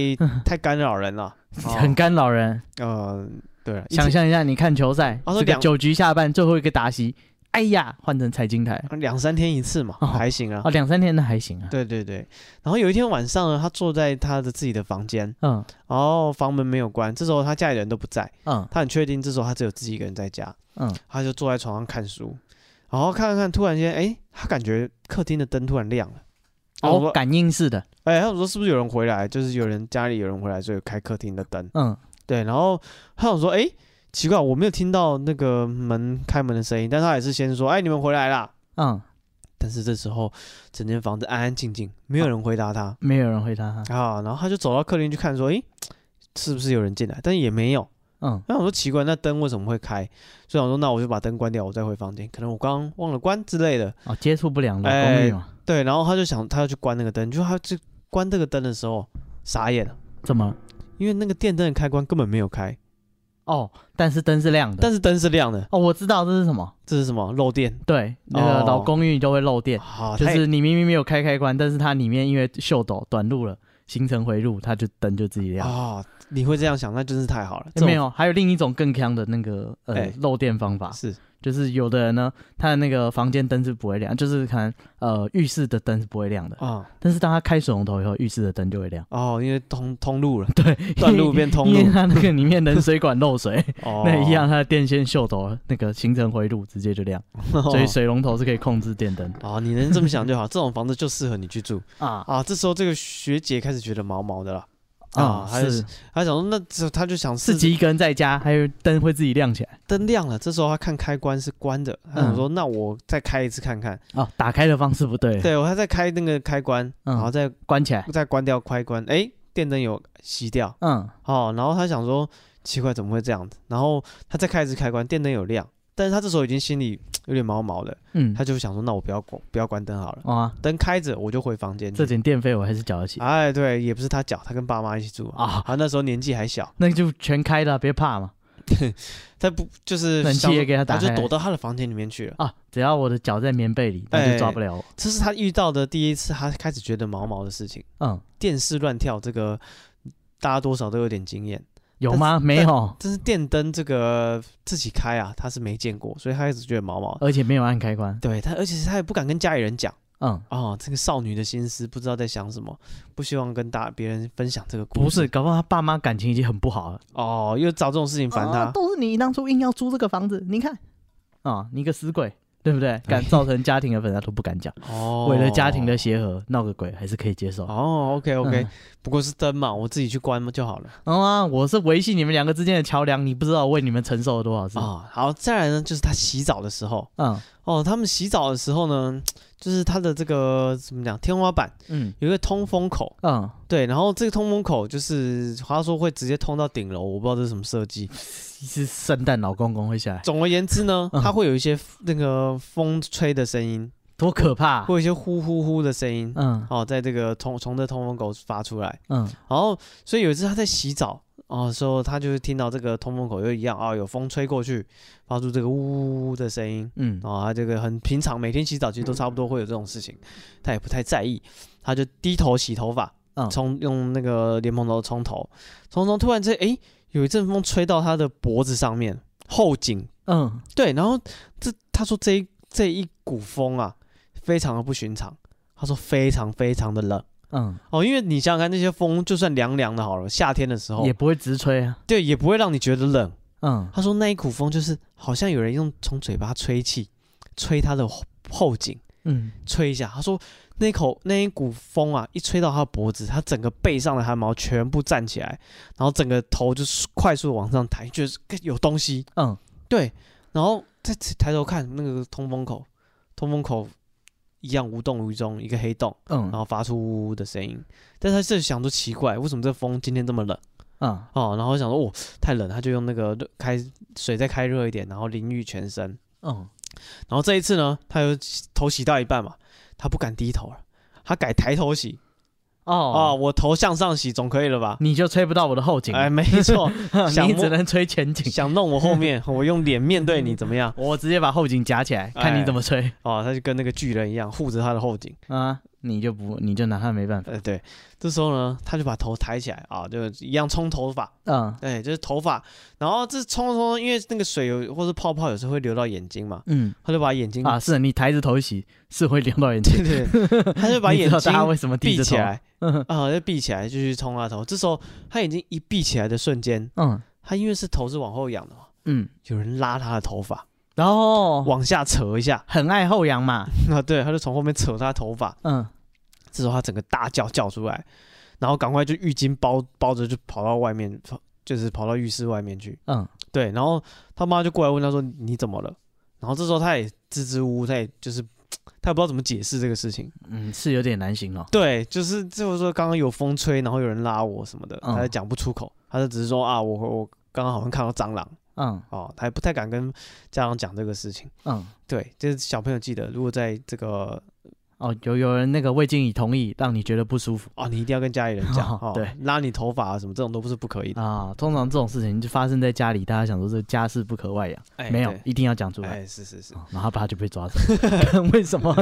Speaker 1: 太干扰人了。 啊
Speaker 2: 很干扰人。
Speaker 1: 呃，对，一
Speaker 2: 想
Speaker 1: 天
Speaker 2: 象一下，你看球赛，
Speaker 1: 他说
Speaker 2: 这个
Speaker 1: 哦两
Speaker 2: 九局下半最后一个达西，哎呀，换成财经台
Speaker 1: 两三天一次嘛，
Speaker 2: 哦
Speaker 1: 还行啊。
Speaker 2: 哦，两三天那还行啊。
Speaker 1: 对对对。然后有一天晚上呢，他坐在他的自己的房间，
Speaker 2: 嗯
Speaker 1: 然后房门没有关，这时候他家里人都不在。
Speaker 2: 嗯
Speaker 1: 他很确定这时候他只有自己一个人在家，
Speaker 2: 嗯，
Speaker 1: 他就坐在床上看书，然后看看看，突然间，哎、他感觉客厅的灯突然亮了。我
Speaker 2: 哦
Speaker 1: 说，
Speaker 2: 感应式的，
Speaker 1: 哎、他说是不是有人回来？就是有人家里有人回来，所以开客厅的灯。
Speaker 2: 嗯
Speaker 1: 对，然后他想说，哎、奇怪，我没有听到那个门开门的声音，但他也是先说，哎、你们回来啦。
Speaker 2: 嗯，
Speaker 1: 但是这时候，整间房子安安静静，没有人回答他
Speaker 2: 没有人回答他。
Speaker 1: 啊。然后他就走到客厅去看，说，哎、是不是有人进来？但是也没有。
Speaker 2: 嗯
Speaker 1: 那我说奇怪，那灯为什么会开？所以我说那我就把灯关掉，我再回房间。可能我刚刚忘了关之类的。
Speaker 2: 哦，接触不良的
Speaker 1: 哎
Speaker 2: 公寓嘛，
Speaker 1: 对，然后他就想他要去关那个灯，就他去关这个灯的时候傻眼了，
Speaker 2: 怎么了？
Speaker 1: 因为那个电灯的开关根本没有开，
Speaker 2: 哦，但是灯是亮的。
Speaker 1: 但是灯是亮的，
Speaker 2: 哦，我知道这是什么。
Speaker 1: 这是什么漏电？
Speaker 2: 对，那个
Speaker 1: 哦
Speaker 2: 老公寓就会漏电，
Speaker 1: 好、啊，
Speaker 2: 就
Speaker 1: 他也
Speaker 2: 是你明明没有开开关，但是它里面因为秀斗短路了，形成回路，它就灯就自己亮。
Speaker 1: 啊、你会这样想，那真是太好了。
Speaker 2: 诶
Speaker 1: 这种
Speaker 2: 没有，还有另一种更坑的那个呃、
Speaker 1: 哎
Speaker 2: 漏电方法，
Speaker 1: 是
Speaker 2: 就是有的人呢，他的那个房间灯是不会亮，就是可能呃浴室的灯是不会亮的，
Speaker 1: 啊、
Speaker 2: 但是当他开水龙头以后，浴室的灯就会亮，
Speaker 1: 哦，因为通通路 了，
Speaker 2: 对，
Speaker 1: 断 路变通
Speaker 2: 因为
Speaker 1: 路，
Speaker 2: 它那个里面冷水管漏水，
Speaker 1: 哦，
Speaker 2: 那一样，它的电线秀斗了那个形成回路，直接就亮，所以水龙头是可以控制电灯
Speaker 1: 哦，你能这么想就好，这种房子就适合你去住
Speaker 2: 啊
Speaker 1: 啊。这时候这个学姐开始觉得毛毛的了。啊
Speaker 2: 啊，
Speaker 1: 还有
Speaker 2: 是
Speaker 1: 他想说，那这他就想
Speaker 2: 自己一个人在家，还有灯会自己亮起来
Speaker 1: 灯亮了，这时候他看开关是关的，他想说，那我再开一次看看。
Speaker 2: 哦，打开的方式不对，
Speaker 1: 嗯对，我还在开那个开关，
Speaker 2: 嗯
Speaker 1: 然后再
Speaker 2: 关起来。
Speaker 1: 再关掉开关，哎，电灯有熄掉
Speaker 2: 嗯，
Speaker 1: 哦。然后他想说，奇怪，怎么会这样子？然后他再开一次开关，电灯有亮，但是他这时候已经心里有点毛毛的，
Speaker 2: 嗯，
Speaker 1: 他就想说，那我不要关，不要关灯好了，
Speaker 2: 哇、
Speaker 1: 灯开着我就回房间
Speaker 2: 这
Speaker 1: 去。
Speaker 2: 点电费我还是缴得起啊
Speaker 1: 哎，对，也不是他缴，他跟爸妈一起住啊。他那时候年纪还小，
Speaker 2: 那就全开了，别怕嘛。
Speaker 1: 他不就是
Speaker 2: 冷气
Speaker 1: 想说啊
Speaker 2: 也给他打
Speaker 1: 就
Speaker 2: 开
Speaker 1: 躲到他的房间里面去了。
Speaker 2: 啊，只要我的脚在棉被里，那
Speaker 1: 哎
Speaker 2: 就抓不了我。
Speaker 1: 这是他遇到的第一次，他开始觉得毛毛的事情。
Speaker 2: 嗯，
Speaker 1: 电视乱跳，这个大家多少都有点经验。
Speaker 2: 有吗？没有，
Speaker 1: 但是电灯这个自己开啊，他是没见过，所以他开始觉得毛毛的。
Speaker 2: 而且没有按开关。
Speaker 1: 对他，而且他也不敢跟家里人讲
Speaker 2: 嗯，
Speaker 1: 哦，这个少女的心思不知道在想什么，不希望跟大别人分享这个故
Speaker 2: 不
Speaker 1: 事。
Speaker 2: 是，搞不好他爸妈感情已经很不好了。
Speaker 1: 哦，
Speaker 2: 哦
Speaker 1: 又找这种事情烦他。
Speaker 2: 啊都是你当初硬要租这个房子，你看啊，你个死鬼。对不对？敢造成家庭的粉他都不敢讲，
Speaker 1: 哎哦，
Speaker 2: 为了家庭的协和闹个鬼还是可以接受。
Speaker 1: 哦，OK OK，、
Speaker 2: 嗯
Speaker 1: 不过是灯嘛，我自己去关就好了啊、
Speaker 2: 哦啊，我是维系你们两个之间的桥梁，你不知道我为你们承受了多少事。
Speaker 1: 哦好，再来呢，就是他洗澡的时候
Speaker 2: 嗯
Speaker 1: 哦，他们洗澡的时候呢，就是他的这个怎么讲，天花板
Speaker 2: 嗯
Speaker 1: 有一个通风口，
Speaker 2: 嗯，
Speaker 1: 对，然后这个通风口就是他说会直接通到顶楼，我不知道这是什么设计。
Speaker 2: 是圣诞老公公会下来，
Speaker 1: 总而言之呢，
Speaker 2: 嗯
Speaker 1: 它会有一些那个风吹的声音，
Speaker 2: 多可怕、啊
Speaker 1: 会有一些呼呼呼的声音，
Speaker 2: 嗯
Speaker 1: 哦，在这个通从这通风口发出来。
Speaker 2: 嗯
Speaker 1: 然后，所以有一次他在洗澡哦的时候，他就是听到这个通风口又一样啊、有风吹过去，发出这个呜呜的声音。
Speaker 2: 嗯
Speaker 1: 哦，他这个很平常，每天洗澡其实都差不多会有这种事情，他也不太在意，他就低头洗头发，
Speaker 2: 嗯
Speaker 1: 冲用那个莲蓬头冲头，冲冲突然之间，诶，有一阵风吹到他的脖子上面后颈，
Speaker 2: 嗯，
Speaker 1: 对，然后这他说这一这一股风啊，非常的不寻常，他说非常非常的冷。
Speaker 2: 嗯，
Speaker 1: 哦，因为你想想看，那些风就算凉凉的，好了，夏天的时候
Speaker 2: 也，不会直吹啊。
Speaker 1: 对，也不会让你觉得冷。
Speaker 2: 嗯，
Speaker 1: 他说那一股风就是好像有人用从嘴巴吹气，吹他的后后颈，
Speaker 2: 嗯，
Speaker 1: 吹一下。他说那一口那一股风啊，一吹到他的脖子，他整个背上的汗毛全部站起来，然后整个头就是快速地往上抬，觉得是有东西。
Speaker 2: 嗯，
Speaker 1: 对，然后再抬头看那个通风口，通风口一样无动于衷，一个黑洞。
Speaker 2: 嗯，
Speaker 1: 然后发出呜呜的声音。但是他是想说奇怪，为什么这风今天这么冷
Speaker 2: 嗯，
Speaker 1: 哦？然后想说哦太冷，他就用那个热开水再开热一点，然后淋浴全身。
Speaker 2: 嗯，
Speaker 1: 然后这一次呢，他又头洗到一半嘛，他不敢低头了，他改抬头洗哦
Speaker 2: 哦，
Speaker 1: 我头向上洗总可以了吧？
Speaker 2: 你就吹不到我的后颈，
Speaker 1: 哎，没错，想
Speaker 2: 你
Speaker 1: 摸
Speaker 2: 只能吹 前颈。
Speaker 1: 想弄我后面，我用脸面对你怎么样？
Speaker 2: 我直接把后颈夹起
Speaker 1: 哎
Speaker 2: 来，看你怎 么吹。
Speaker 1: 哦，他就跟那个巨人一样护着他的后颈。
Speaker 2: 啊，你就不，你就拿他没办法。
Speaker 1: 呃，对，这时候呢，他就把头抬起来啊，就一样冲头发，
Speaker 2: 嗯
Speaker 1: 对，就是头发，然后这冲冲，因为那个水有或是泡泡有时候会流到眼睛嘛，
Speaker 2: 嗯，
Speaker 1: 他就把眼睛
Speaker 2: 啊，，是你抬着头洗是会流到眼睛，
Speaker 1: 对 对，他 就把
Speaker 2: 你
Speaker 1: 眼
Speaker 2: 知道大家
Speaker 1: 睛
Speaker 2: 为什么低
Speaker 1: 闭
Speaker 2: 着
Speaker 1: 起
Speaker 2: 头？
Speaker 1: 来
Speaker 2: 嗯
Speaker 1: 啊，就闭起来，就去冲他头。这时候他眼睛一闭起来的瞬间，
Speaker 2: 嗯
Speaker 1: 他因为是头是往后仰的嘛，
Speaker 2: 嗯，
Speaker 1: 有人拉他的头发
Speaker 2: 然后
Speaker 1: 往下扯一下，
Speaker 2: 很爱后仰嘛，
Speaker 1: 啊，对，他就从后面扯他头发，
Speaker 2: 嗯
Speaker 1: 这时候他整个大叫叫出来，然后赶快就浴巾包包着就跑到外面，就是跑到浴室外面去。
Speaker 2: 嗯
Speaker 1: 对，然后他妈就过来问他说你怎么了？然后这时候他也支支吾吾，他也就是他也不知道怎么解释这个事情。
Speaker 2: 嗯，是有点难形容。
Speaker 1: 对，就是就是说刚刚有风吹，然后有人拉我什么的，
Speaker 2: 嗯
Speaker 1: 他也讲不出口，他就只是说啊，我我刚刚好像看到蟑螂
Speaker 2: 嗯
Speaker 1: 哦，他也不太敢跟家长讲这个事情。
Speaker 2: 嗯，
Speaker 1: 对，就是小朋友记得，如果在这个
Speaker 2: 哦，有有人那个未经你同意，让你觉得不舒服
Speaker 1: 哦，你一定要跟家里人 讲哦，
Speaker 2: 对，
Speaker 1: 拉你头发啊什么这种都不是不可以的。
Speaker 2: 啊。通常这种事情就发生在家里，大家想说这家事不可外扬，
Speaker 1: 哎
Speaker 2: 没有
Speaker 1: 对，
Speaker 2: 一定要讲出来。
Speaker 1: 哎，是 是是
Speaker 2: 哦然后他就被抓走，看 为什么？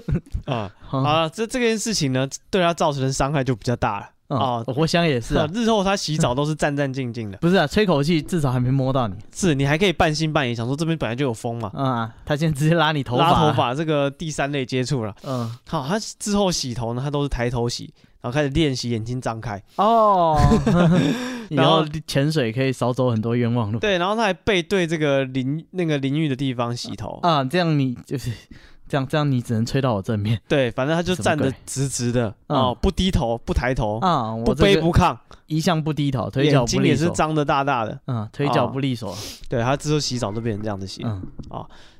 Speaker 1: 啊啊，这这件事情呢，对他造成的伤害就比较大了。
Speaker 2: 哦
Speaker 1: 哦，
Speaker 2: 我想也是啊，
Speaker 1: 日后他洗澡都是战战兢兢 的。
Speaker 2: 不是啊，吹口气至少还没摸到你
Speaker 1: 是你还可以半信半疑，想说这边本来就有风嘛，
Speaker 2: 啊，他现在直接拉你头发，啊
Speaker 1: 拉头，发这个第三类接触了。
Speaker 2: 嗯，
Speaker 1: 好，他之后洗头呢，他都是抬头洗，然后开始练习眼睛张开。
Speaker 2: 哦，以
Speaker 1: 然后
Speaker 2: 后潜水可以少走很多冤枉路
Speaker 1: 对，然后他还背对这个淋那个淋浴的地方洗头。
Speaker 2: 啊，这样你就是这样，这样你只能吹到我正面
Speaker 1: 对，反正他就站
Speaker 2: 什
Speaker 1: 得
Speaker 2: 么
Speaker 1: 直直的，
Speaker 2: 嗯
Speaker 1: 哦，不低头，不抬头，
Speaker 2: 啊，我
Speaker 1: 不
Speaker 2: 这
Speaker 1: 卑
Speaker 2: 个
Speaker 1: 不亢，
Speaker 2: 一向不低头，腿
Speaker 1: 眼
Speaker 2: 脚不
Speaker 1: 睛
Speaker 2: 利
Speaker 1: 也是
Speaker 2: 索，
Speaker 1: 张得大大的。
Speaker 2: 嗯，腿
Speaker 1: 哦
Speaker 2: 脚不利索，
Speaker 1: 对他之后洗澡都变成这样子洗。
Speaker 2: 嗯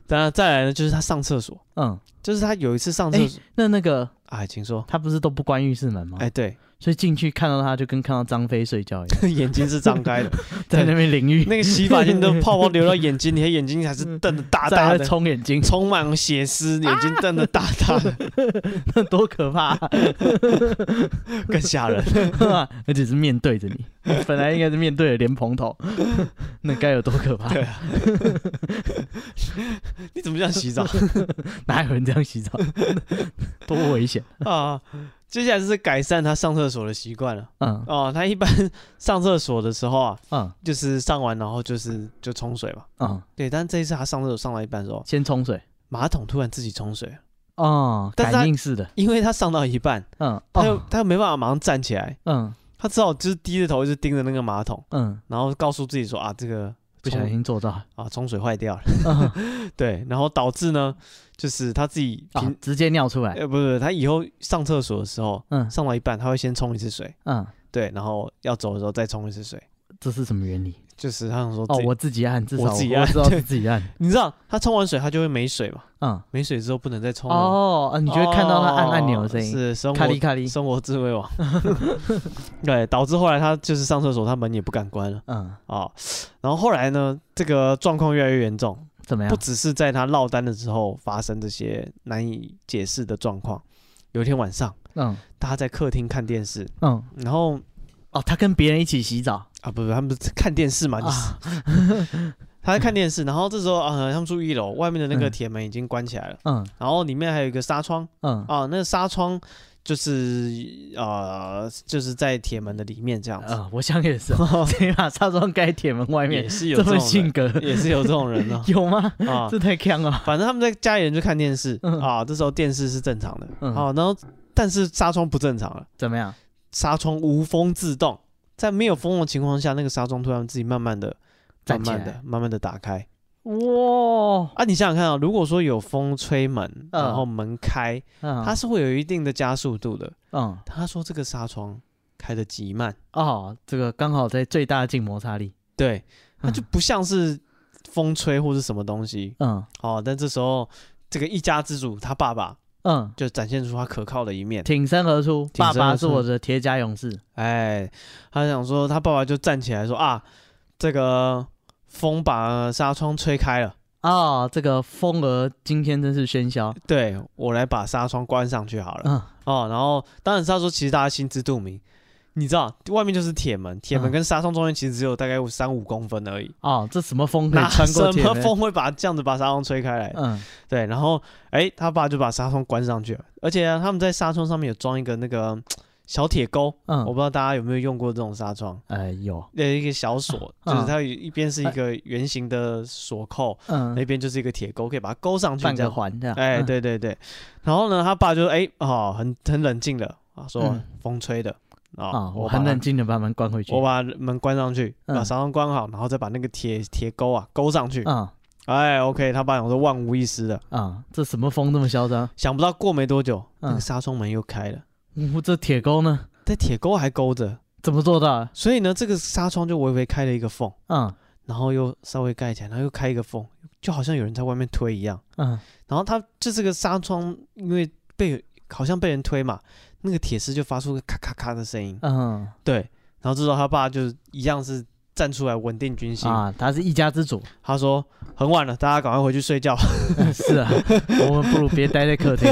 Speaker 1: 当然，再来呢，就是他上厕所，
Speaker 2: 嗯，
Speaker 1: 就是他有一次上厕所，
Speaker 2: 那那个
Speaker 1: 哎，请说。
Speaker 2: 他不是都不关浴室门吗？
Speaker 1: 哎，对，
Speaker 2: 所以进去看到他就跟看到张飞睡觉一样，
Speaker 1: 眼睛是张开的，
Speaker 2: 在那边淋浴，
Speaker 1: 那个洗发精的泡泡流到眼睛，你的眼睛还是瞪得大大
Speaker 2: 嗯在那
Speaker 1: 的，
Speaker 2: 冲眼睛，
Speaker 1: 充满血丝，眼睛瞪得大大的，
Speaker 2: 多可怕、啊！
Speaker 1: 更吓人。
Speaker 2: 而且是面对着 你，本来应该是面对着莲蓬头， 那该有多可怕？
Speaker 1: 对啊，你怎么这样洗澡
Speaker 2: 哪有人这样洗澡？ 多危险！
Speaker 1: 啊？接下来就是改善他上厕所的习惯了。
Speaker 2: 嗯
Speaker 1: 哦，他一般 上厕所的时候啊，
Speaker 2: 嗯
Speaker 1: 就是上完然后就是就冲水嘛。
Speaker 2: 嗯，
Speaker 1: 对，但这一次他上厕所上到一半的时候，
Speaker 2: 先冲水
Speaker 1: 马桶突然自己冲水，
Speaker 2: 哦，
Speaker 1: 但是他
Speaker 2: 感应式的，
Speaker 1: 因为他上到一半，
Speaker 2: 嗯
Speaker 1: 他又、
Speaker 2: 哦
Speaker 1: 他又没办法马上站起来，
Speaker 2: 嗯
Speaker 1: 他只好就是低着头一直盯着那个马桶。
Speaker 2: 嗯
Speaker 1: 然后告诉自己说啊，这个
Speaker 2: 不小
Speaker 1: 冲
Speaker 2: 心做到啊
Speaker 1: 啊冲水坏掉了，
Speaker 2: 嗯
Speaker 1: 对，然后导致呢，就是他自己平、，
Speaker 2: 直接尿出来。
Speaker 1: 呃不是他以后上厕所的时候，
Speaker 2: 嗯
Speaker 1: 上到一半他会先冲一次水，
Speaker 2: 嗯，
Speaker 1: 对，然后要走的时候再冲一次水，
Speaker 2: 这是什么原理？
Speaker 1: 就是他想说
Speaker 2: 哦
Speaker 1: 自，己
Speaker 2: 我自己按，至少
Speaker 1: 我自己按
Speaker 2: 知道是自己 按。
Speaker 1: 你知道他冲完水他就会没水嘛，
Speaker 2: 嗯，
Speaker 1: 没水之后不能再冲了。
Speaker 2: 哦，啊你就会看到它按按钮的声音，
Speaker 1: 哦是生
Speaker 2: 咔哩
Speaker 1: 活
Speaker 2: 咔哩。
Speaker 1: 生活智慧 网，对，导致后来他就是上厕所，他门也不敢关了
Speaker 2: 嗯，
Speaker 1: 啊、然后后来呢，这个状况越来越严重，
Speaker 2: 怎么
Speaker 1: 不
Speaker 2: 样？
Speaker 1: 只是在他落单的时候发生这些难以解释的状况。有一天晚上，
Speaker 2: 嗯
Speaker 1: 大家在客厅看电视，
Speaker 2: 嗯，
Speaker 1: 然后
Speaker 2: 哦，他跟别人一起洗澡
Speaker 1: 啊，不是他们是看电视嘛，你是
Speaker 2: 啊。
Speaker 1: 他在看电视，然后这时候啊、他们住一楼，外面的那个
Speaker 2: 嗯
Speaker 1: 铁门已经关起来了，
Speaker 2: 嗯
Speaker 1: 然后里面还有一个纱窗。
Speaker 2: 嗯
Speaker 1: 啊，那个纱窗就是呃，就是在铁门的里面这样子，
Speaker 2: 呃，我想也是， 谁把纱窗盖铁门
Speaker 1: 哦
Speaker 2: 外
Speaker 1: 也
Speaker 2: 面？
Speaker 1: 是有
Speaker 2: 这
Speaker 1: 这种
Speaker 2: 么
Speaker 1: 人
Speaker 2: 性格
Speaker 1: 也是有这种人呢
Speaker 2: 有吗？
Speaker 1: 啊。
Speaker 2: 这太坑了。
Speaker 1: 反正他们在家里人就看电视
Speaker 2: 嗯
Speaker 1: 啊，这时候电视是正常的
Speaker 2: 嗯
Speaker 1: 啊，然后但是纱窗不正常了，
Speaker 2: 怎么样？
Speaker 1: 纱窗无风自动，在没有风的情况下，那个纱窗突然自己慢慢的、慢
Speaker 2: 站起
Speaker 1: 慢的
Speaker 2: 来、
Speaker 1: 慢慢的打开
Speaker 2: 哇，
Speaker 1: 啊。你想想看啊，如果说有风吹门，
Speaker 2: 嗯
Speaker 1: 然后门开，
Speaker 2: 嗯
Speaker 1: 它是会有一定的加速度的。
Speaker 2: 嗯
Speaker 1: 他说这个纱窗开的极慢。
Speaker 2: 哦，这个刚好在最大的静摩擦力。
Speaker 1: 对，它就不像是风吹或是什么东西
Speaker 2: 嗯
Speaker 1: 哦。但这时候，这个一家之主他爸爸
Speaker 2: 嗯，
Speaker 1: 就展现出他可靠的一面。
Speaker 2: 挺身而出，
Speaker 1: 挺身而
Speaker 2: 爸
Speaker 1: 出
Speaker 2: 爸是我的铁甲勇士。
Speaker 1: 哎，他想说，他爸爸就站起来说啊，这个风把纱窗吹开了，
Speaker 2: 哦，这个风儿今天真是喧 嚣。
Speaker 1: 对我来把纱窗关上去好了。
Speaker 2: 嗯
Speaker 1: 哦，然后当然他说，其实大家心知肚明。你知道，外面就是铁门，铁门
Speaker 2: 嗯
Speaker 1: 跟纱窗中间其实只有大概三五公分而已，
Speaker 2: 哦，这什么 风可以
Speaker 1: 哪
Speaker 2: 穿过
Speaker 1: 什
Speaker 2: 铁
Speaker 1: 么
Speaker 2: 门？
Speaker 1: 风会把这样子把纱窗吹开来？
Speaker 2: 嗯
Speaker 1: 对，然后哎、他爸就把纱窗关上去了，而且、啊、他们在纱窗上面有装一个那个小铁钩，我
Speaker 2: 嗯，
Speaker 1: 不知道大家有没有用过这种纱窗，
Speaker 2: 哎有，
Speaker 1: 有一个小锁，就是
Speaker 2: 嗯
Speaker 1: 它有一边是一个圆形的锁扣，那
Speaker 2: 嗯，
Speaker 1: 边就是一个铁钩，可以把它勾上去
Speaker 2: 半
Speaker 1: 这
Speaker 2: 个
Speaker 1: 样。
Speaker 2: 环这样。
Speaker 1: 哎、
Speaker 2: 嗯，
Speaker 1: 对对对，然后呢，他爸就哎、哦，很很冷静的啊，说
Speaker 2: 嗯
Speaker 1: 风吹的啊、
Speaker 2: 啊，我
Speaker 1: 把
Speaker 2: 很
Speaker 1: 它
Speaker 2: 冷静的把门关回去。
Speaker 1: 我把门关上去，把
Speaker 2: 嗯
Speaker 1: 纱窗关好，然后再把那个铁铁钩啊勾上去。
Speaker 2: 嗯
Speaker 1: 哎，OK，他爸想说万无一失的，
Speaker 2: 嗯，这什么风这么嚣张？
Speaker 1: 想不到过没多久，那个
Speaker 2: 嗯
Speaker 1: 纱窗门又开了，
Speaker 2: 呜，嗯这铁钩呢？
Speaker 1: 但铁钩还勾着，
Speaker 2: 怎么做到的？
Speaker 1: 所以呢，这个纱窗就微微开了一个缝，
Speaker 2: 嗯
Speaker 1: 然后又稍微盖起来，然后又开一个缝，就好像有人在外面推一样。
Speaker 2: 嗯
Speaker 1: 然后它就这个纱窗，因为被好像被人推嘛，那个铁丝就发出个咔咔咔的声音。
Speaker 2: 嗯
Speaker 1: 对，然后这时候他爸就一样是站出来稳定军心，
Speaker 2: 啊，他是一家之主。
Speaker 1: 他说：“很晚了，大家赶快回去睡觉，
Speaker 2: 是啊，我们不如别待在客厅。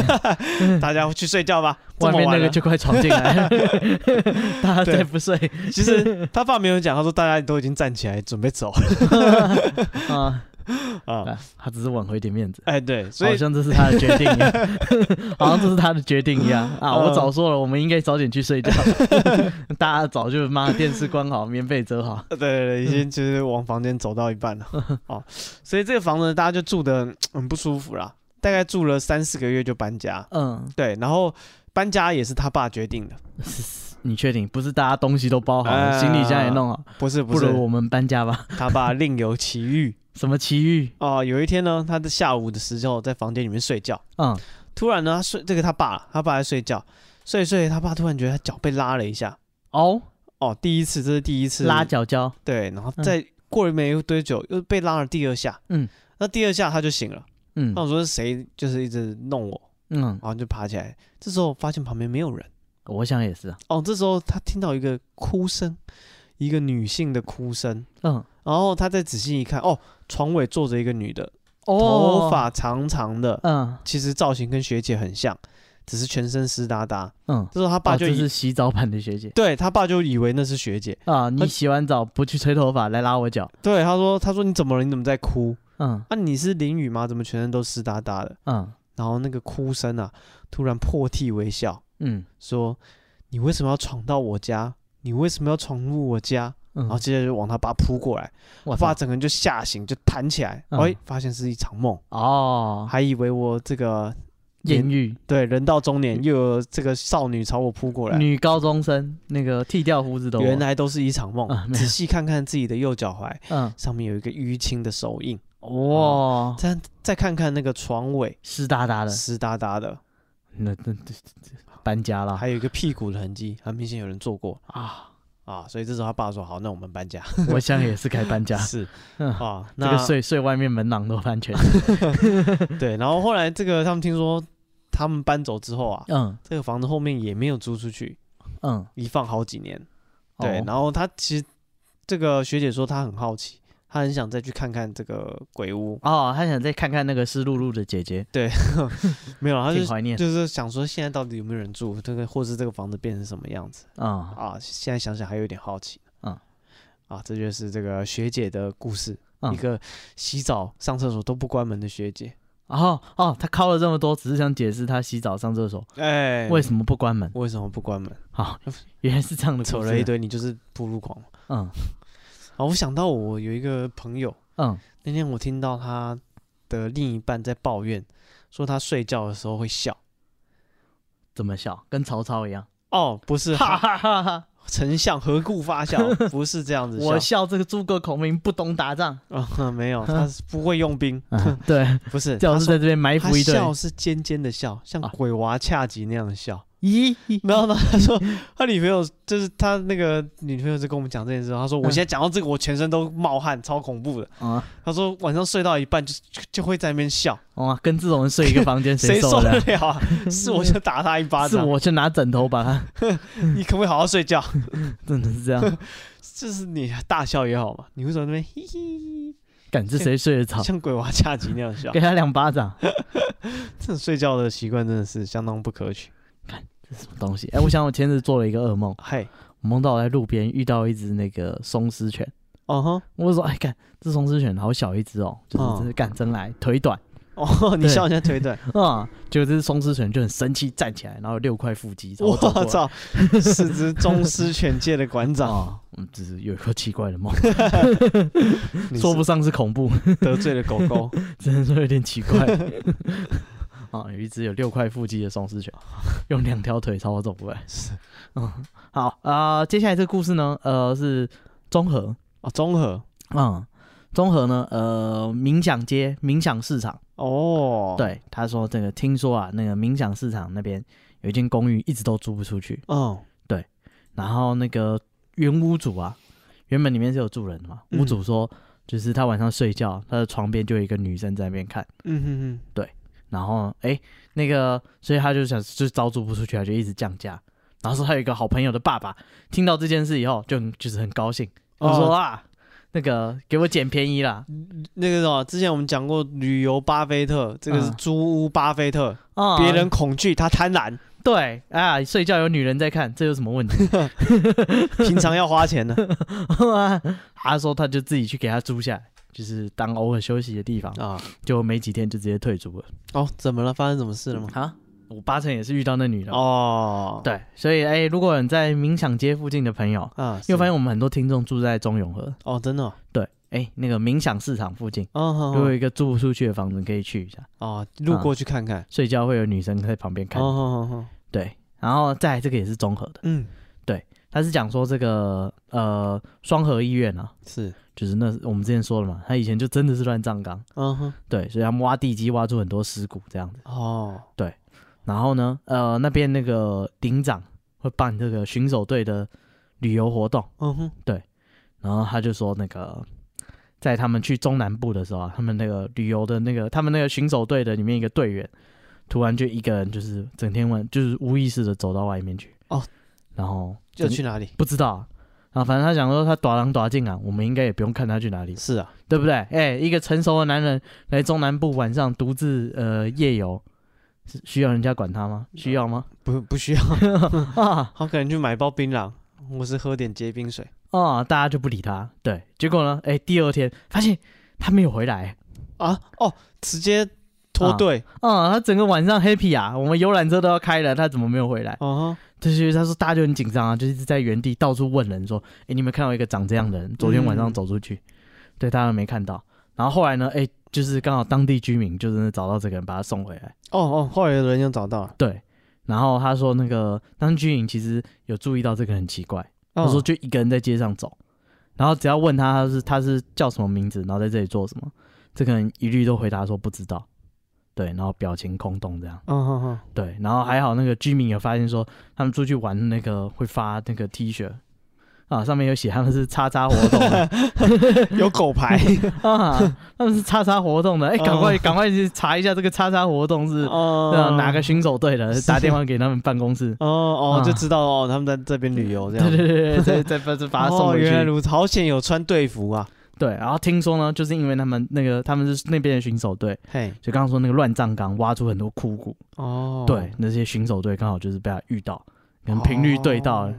Speaker 1: 大家去睡觉吧。” 这
Speaker 2: 外
Speaker 1: 么
Speaker 2: 面那
Speaker 1: 晚
Speaker 2: 个
Speaker 1: 了，
Speaker 2: 就快闯进来 了，大家
Speaker 1: 对
Speaker 2: 再不睡
Speaker 1: 其实他爸没有讲，他说大家都已经站起来准备走 了
Speaker 2: 啊
Speaker 1: 啊。
Speaker 2: 啊！他只是挽回一点面子，
Speaker 1: 哎，对，所
Speaker 2: 好
Speaker 1: 以
Speaker 2: 像这是他的决定 一样，好像这是他的决定一样啊！
Speaker 1: 嗯
Speaker 2: 我早说了，我们应该早点去 睡觉，大家早就妈电视关好，棉被折好，
Speaker 1: 对对对，已
Speaker 2: 嗯
Speaker 1: 经就是往房间走到一半了哦，所以这个房子大家就住的很不舒服啦，大概住了三四个月就搬家，
Speaker 2: 嗯，
Speaker 1: 对，然后搬家也是他爸决定的，
Speaker 2: 你确定不是大家东西都包好了，
Speaker 1: 哎
Speaker 2: 行李箱也弄好，
Speaker 1: 不是不
Speaker 2: 啊不
Speaker 1: 是，
Speaker 2: 如我们搬家吧？
Speaker 1: 他爸另有其遇
Speaker 2: 什么奇遇？
Speaker 1: 哦。有一天呢，他的下午的时候在房间里面睡觉，
Speaker 2: 嗯
Speaker 1: 突然呢，他睡这个他爸，他爸在睡觉，睡一睡，他爸突然觉得他脚被拉了一下，
Speaker 2: 哦，
Speaker 1: 哦，第一次这是第一次
Speaker 2: 拉，脚胶，
Speaker 1: 对，然后
Speaker 2: 嗯
Speaker 1: 再过了没多久又被拉了第二下，
Speaker 2: 嗯，
Speaker 1: 那第二下他就醒了，
Speaker 2: 嗯
Speaker 1: 那我说是谁就是一直弄我。
Speaker 2: 嗯，
Speaker 1: 然后就爬起来。这时候发现旁边没有人。
Speaker 2: 我想也是啊，
Speaker 1: 哦，这时候他听到一个哭声，一个女性的哭声。
Speaker 2: 嗯，
Speaker 1: 然后他再仔细一看，哦，床尾坐着一个女的，
Speaker 2: 哦
Speaker 1: 头，发长长的，
Speaker 2: 嗯
Speaker 1: 其实造型跟学姐很像，只是全身湿哒哒。
Speaker 2: 嗯，
Speaker 1: 这时候他爸
Speaker 2: 哦
Speaker 1: 就
Speaker 2: 这
Speaker 1: 以、
Speaker 2: 是洗澡版的学姐
Speaker 1: 对他爸就以为那是学姐。
Speaker 2: 啊！
Speaker 1: 她
Speaker 2: 你洗完澡不去吹头发来拉我脚，
Speaker 1: 对，他说，他说你怎么了？你怎么在哭？
Speaker 2: 嗯
Speaker 1: 啊，你是淋雨吗？怎么全身都湿哒哒的？
Speaker 2: 嗯
Speaker 1: 然后那个哭声啊，突然破涕为笑，
Speaker 2: 嗯
Speaker 1: 说你为什么要闯到我家？你为什么要闯入我家？然后
Speaker 2: 嗯，
Speaker 1: 接着就往他爸扑过来，
Speaker 2: 我
Speaker 1: 他
Speaker 2: 操
Speaker 1: 爸整个人就吓醒，就弹起来，
Speaker 2: 嗯
Speaker 1: 哎，发现是一场梦，
Speaker 2: 哦，
Speaker 1: 还以为我这个
Speaker 2: 艳遇
Speaker 1: 对，人到中年又有这个少女朝我扑过来，
Speaker 2: 嗯女高中生，那个剃掉胡子的我，哦
Speaker 1: 原来都是一场梦。
Speaker 2: 啊没有
Speaker 1: 仔细看看自己的右脚踝，
Speaker 2: 嗯，
Speaker 1: 上面有一个淤青的手印，
Speaker 2: 哇，
Speaker 1: 再再看看那个床尾
Speaker 2: 湿哒哒的，
Speaker 1: 湿哒哒的，
Speaker 2: 那那这这搬家了
Speaker 1: 还有一个屁股的痕迹，很明显有人坐过
Speaker 2: 啊！
Speaker 1: 啊。所以这时候他爸说：“好，那我们搬家。，
Speaker 2: 我想也是该搬 家
Speaker 1: 是
Speaker 2: 嗯
Speaker 1: 啊，
Speaker 2: 这
Speaker 1: 那
Speaker 2: 个睡睡外面门廊都 安全。
Speaker 1: 对。然后后来这个他们听说他们搬走之后啊，
Speaker 2: 嗯
Speaker 1: 这个房子后面也没有租出去，
Speaker 2: 嗯，
Speaker 1: 一放好几年。对
Speaker 2: 哦，
Speaker 1: 然后他其实这个学姐说她很好奇，她很想再去看看这个鬼屋。
Speaker 2: 哦，他想再看看那个湿漉漉的姐姐，
Speaker 1: 没有，她就
Speaker 2: 挺怀念
Speaker 1: 就是想说现在到底有没有人住，这个或是这个房子变成什么样子
Speaker 2: 啊
Speaker 1: 啊？现在想想还有点好奇。
Speaker 2: 嗯，
Speaker 1: 啊，这就是这个学姐的故事，
Speaker 2: 嗯
Speaker 1: 一个洗澡、上厕所都不关门的学姐。
Speaker 2: 哦哦，他敲了这么多，只是想解释他洗澡上厕所
Speaker 1: 哎、
Speaker 2: 为什么不关门。
Speaker 1: 为什么不关门？
Speaker 2: 好，原来是这样的故事
Speaker 1: 扯了一。堆，你就是铺路狂。
Speaker 2: 嗯
Speaker 1: 啊，我想到我有一个朋友，
Speaker 2: 嗯，
Speaker 1: 那天我听到他的另一半在抱怨，说他睡觉的时候会笑。
Speaker 2: 怎么笑？跟曹操一样，
Speaker 1: 哦，不是，
Speaker 2: 哈
Speaker 1: 哈
Speaker 2: 哈哈哈！
Speaker 1: 丞相何故发 笑？不是这样子
Speaker 2: 我
Speaker 1: 笑。
Speaker 2: 笑这个诸葛孔明不懂打仗。
Speaker 1: 啊，没有， 他是不会用兵，
Speaker 2: 嗯 对，
Speaker 1: 不是。
Speaker 2: 最好
Speaker 1: 他
Speaker 2: 是
Speaker 1: 说
Speaker 2: 在这边埋
Speaker 1: 他
Speaker 2: 伏一对。
Speaker 1: 笑是尖尖的笑，像
Speaker 2: 啊
Speaker 1: 鬼娃恰吉那样的笑。
Speaker 2: 咦，
Speaker 1: 然后呢，他说他女朋友就是他那个女朋友就跟我们讲这件事，他
Speaker 2: 嗯
Speaker 1: 说我现在讲到这个，我全身都冒汗，超恐怖的。
Speaker 2: 啊，
Speaker 1: 他说晚上睡到一半就就就会在那边笑，
Speaker 2: 哇，跟这种人睡一个房间，
Speaker 1: 谁
Speaker 2: 受
Speaker 1: 受
Speaker 2: 得
Speaker 1: 得
Speaker 2: 了？
Speaker 1: 了啊？ 是我就打他一巴
Speaker 2: 是
Speaker 1: 掌，
Speaker 2: 我就拿枕头把他，
Speaker 1: 你可不可以好好睡觉？
Speaker 2: 真的是 这样。
Speaker 1: 就是你大笑也好嘛，你为什么在那边 嘿嘿
Speaker 2: 敢这谁睡得着
Speaker 1: 嘿，？像鬼娃恰吉那样笑
Speaker 2: 给？他两巴掌，
Speaker 1: 这种睡觉的习惯真的是相当不可取。
Speaker 2: 什么东西？哎，我想我前日做了一个噩梦，
Speaker 1: 嘿，
Speaker 2: 我梦到我在路边遇到一只那个松狮犬，
Speaker 1: 哦哼，
Speaker 2: 我就说，哎，干，这松狮犬好小一只哦，就是
Speaker 1: 嗯
Speaker 2: 真是干真来，腿短
Speaker 1: 哦，你
Speaker 2: 对
Speaker 1: 笑人家 腿短，
Speaker 2: 啊。结果这只松狮犬就很生气，站起来，然后有六块腹肌，
Speaker 1: 我
Speaker 2: 然后走过来，
Speaker 1: 操，是只中狮犬界的馆 长，
Speaker 2: 啊，嗯，只是有一个奇怪的梦，
Speaker 1: 你
Speaker 2: 说
Speaker 1: 是
Speaker 2: 不上是恐怖，
Speaker 1: 得罪了狗狗。
Speaker 2: 只能说有点奇 怪。啊，有一只有六块腹肌的松狮 犬，用两条腿朝我走过来。
Speaker 1: 是
Speaker 2: 嗯，好啊、呃接下来这个故事呢，呃，是中和，
Speaker 1: 哦，综合
Speaker 2: 嗯，中和呢，呃，冥想街冥想市场，
Speaker 1: 哦，，
Speaker 2: 对，他说这个听说啊，那个冥想市场那边有一间公寓一直都租不出去，
Speaker 1: 嗯，
Speaker 2: 然后那个原屋主啊，原本里面是有住人的嘛，
Speaker 1: 嗯
Speaker 2: 屋主说，就是他晚上睡觉，他的床边就有一个女生在那边看。
Speaker 1: 嗯哼哼，
Speaker 2: 然后哎、诶那个，所以他就想就是招租不出去，他就一直降价。然后说他有一个好朋友的爸爸听到这件事以后，就很就是很高兴，他说
Speaker 1: 哦，
Speaker 2: 啊，那个给我捡便宜啦，
Speaker 1: 那个什么，之前我们讲过旅游巴菲特，这个是
Speaker 2: 嗯
Speaker 1: 租屋巴菲特，
Speaker 2: 啊，
Speaker 1: 别人恐惧他贪婪，
Speaker 2: 对啊，睡觉有女人在看，这有什么问题？
Speaker 1: 平常要花钱的，
Speaker 2: 他说他就自己去给他租下来，就是当偶尔休息的地方，
Speaker 1: 啊，
Speaker 2: 就没几天就直接退租了。
Speaker 1: 哦，怎么了？发生什么事了吗？
Speaker 2: 啊，我八成也是遇到那女的。
Speaker 1: 哦，，
Speaker 2: 嗯对，所以哎、诶如果你在冥想街附近的朋友，
Speaker 1: 啊，
Speaker 2: 因为我发
Speaker 1: 是
Speaker 2: 现我们很多听众住在中永和，
Speaker 1: 哦，真的哦，
Speaker 2: 对，哎、那个冥想市场附近
Speaker 1: 哦
Speaker 2: 就
Speaker 1: 好好
Speaker 2: 有一个租不出去的房子，可以去一下。
Speaker 1: 哦，路过去看看，
Speaker 2: 睡觉会有女生在旁边嗯看，
Speaker 1: 哦，好好好，
Speaker 2: 对。然后再来这个也是综合的，
Speaker 1: 嗯，
Speaker 2: 他是讲说这个呃双河医院啊，
Speaker 1: 是，
Speaker 2: 就是那我们之前说了嘛，他以前就真的是乱葬岗，
Speaker 1: 嗯哼，
Speaker 2: 对，所以他们挖地基挖出很多尸骨这样子。
Speaker 1: 哦，
Speaker 2: 然后呢，呃那边那个林长会办这个巡守队的旅游活动，
Speaker 1: 嗯哼，
Speaker 2: 然后他就说那个。在他们去中南部的时候啊，他们那个旅游的那个，他们那个巡守队的里面一个队员，突然就一个人就是整天晚就是无意识的走到外面去
Speaker 1: 哦，
Speaker 2: 然后
Speaker 1: 要
Speaker 2: 整
Speaker 1: 去哪里？
Speaker 2: 不知道啊，然后反正他想说他躲狼躲进啊，我们应该也不用看他去 哪里，
Speaker 1: 是啊，
Speaker 2: 对不对？哎，一个成熟的男人来中南部晚上独自呃夜游，是需要人家管他吗？需要吗？
Speaker 1: 不不需要，
Speaker 2: 啊
Speaker 1: 他可能去买包槟榔，或是喝点结冰水。
Speaker 2: 啊，大家就不理他。对，结果呢，哎，第二天发现他没有回来，
Speaker 1: 啊哦，直接脱队
Speaker 2: 啊，他整个晚上 happy 啊，我们游览车都要开了，他怎么没有回来？
Speaker 1: 哦哈，
Speaker 2: 就是他说大家就很紧张啊，就一直在原地到处问人说：“哎、你有没有看到一个长这样的人？昨天晚上走出去，对，大家都没看到。”然后后来呢，哎、就是刚好当地居民就真的找到这个人，把他送回来。
Speaker 1: 哦哦，后来有人又找到了，
Speaker 2: 对，然后他说那个当地居民其实有注意到这个很奇怪，
Speaker 1: 哦、
Speaker 2: 他说就一个人在街上走，然后只要问他他是他是叫什么名字，然后在这里做什么，这个人一律都回答说不知道，对，然后表情空洞这样，
Speaker 1: 嗯，嗯嗯
Speaker 2: 对，然后还好那个居民有发现说他们出去玩那个会发那个 T 恤。啊，上面有写他们是叉叉活动 的
Speaker 1: 嗯，有狗 牌，
Speaker 2: 啊，他们是叉叉活动的，哎、赶快
Speaker 1: 哦
Speaker 2: 赶快去查一下这个叉叉活动是
Speaker 1: 哦
Speaker 2: 对啊，哪个巡守队的
Speaker 1: 是，
Speaker 2: 打电话给他们办公室
Speaker 1: 哦哦
Speaker 2: 啊，
Speaker 1: 就知道哦，他们在这边旅 游这样。
Speaker 2: 对对对对，再再把再把他送
Speaker 1: 哦，
Speaker 2: 回去。
Speaker 1: 原来如此，好险有穿队服啊！
Speaker 2: 对，然后听说呢，就是因为他们那个他们是那边的巡守队，
Speaker 1: 嘿，
Speaker 2: 就刚刚说那个乱葬岗挖出很多枯骨，
Speaker 1: 哦，
Speaker 2: 对，，那些巡守队刚好就是被他遇到，可能频率对到了，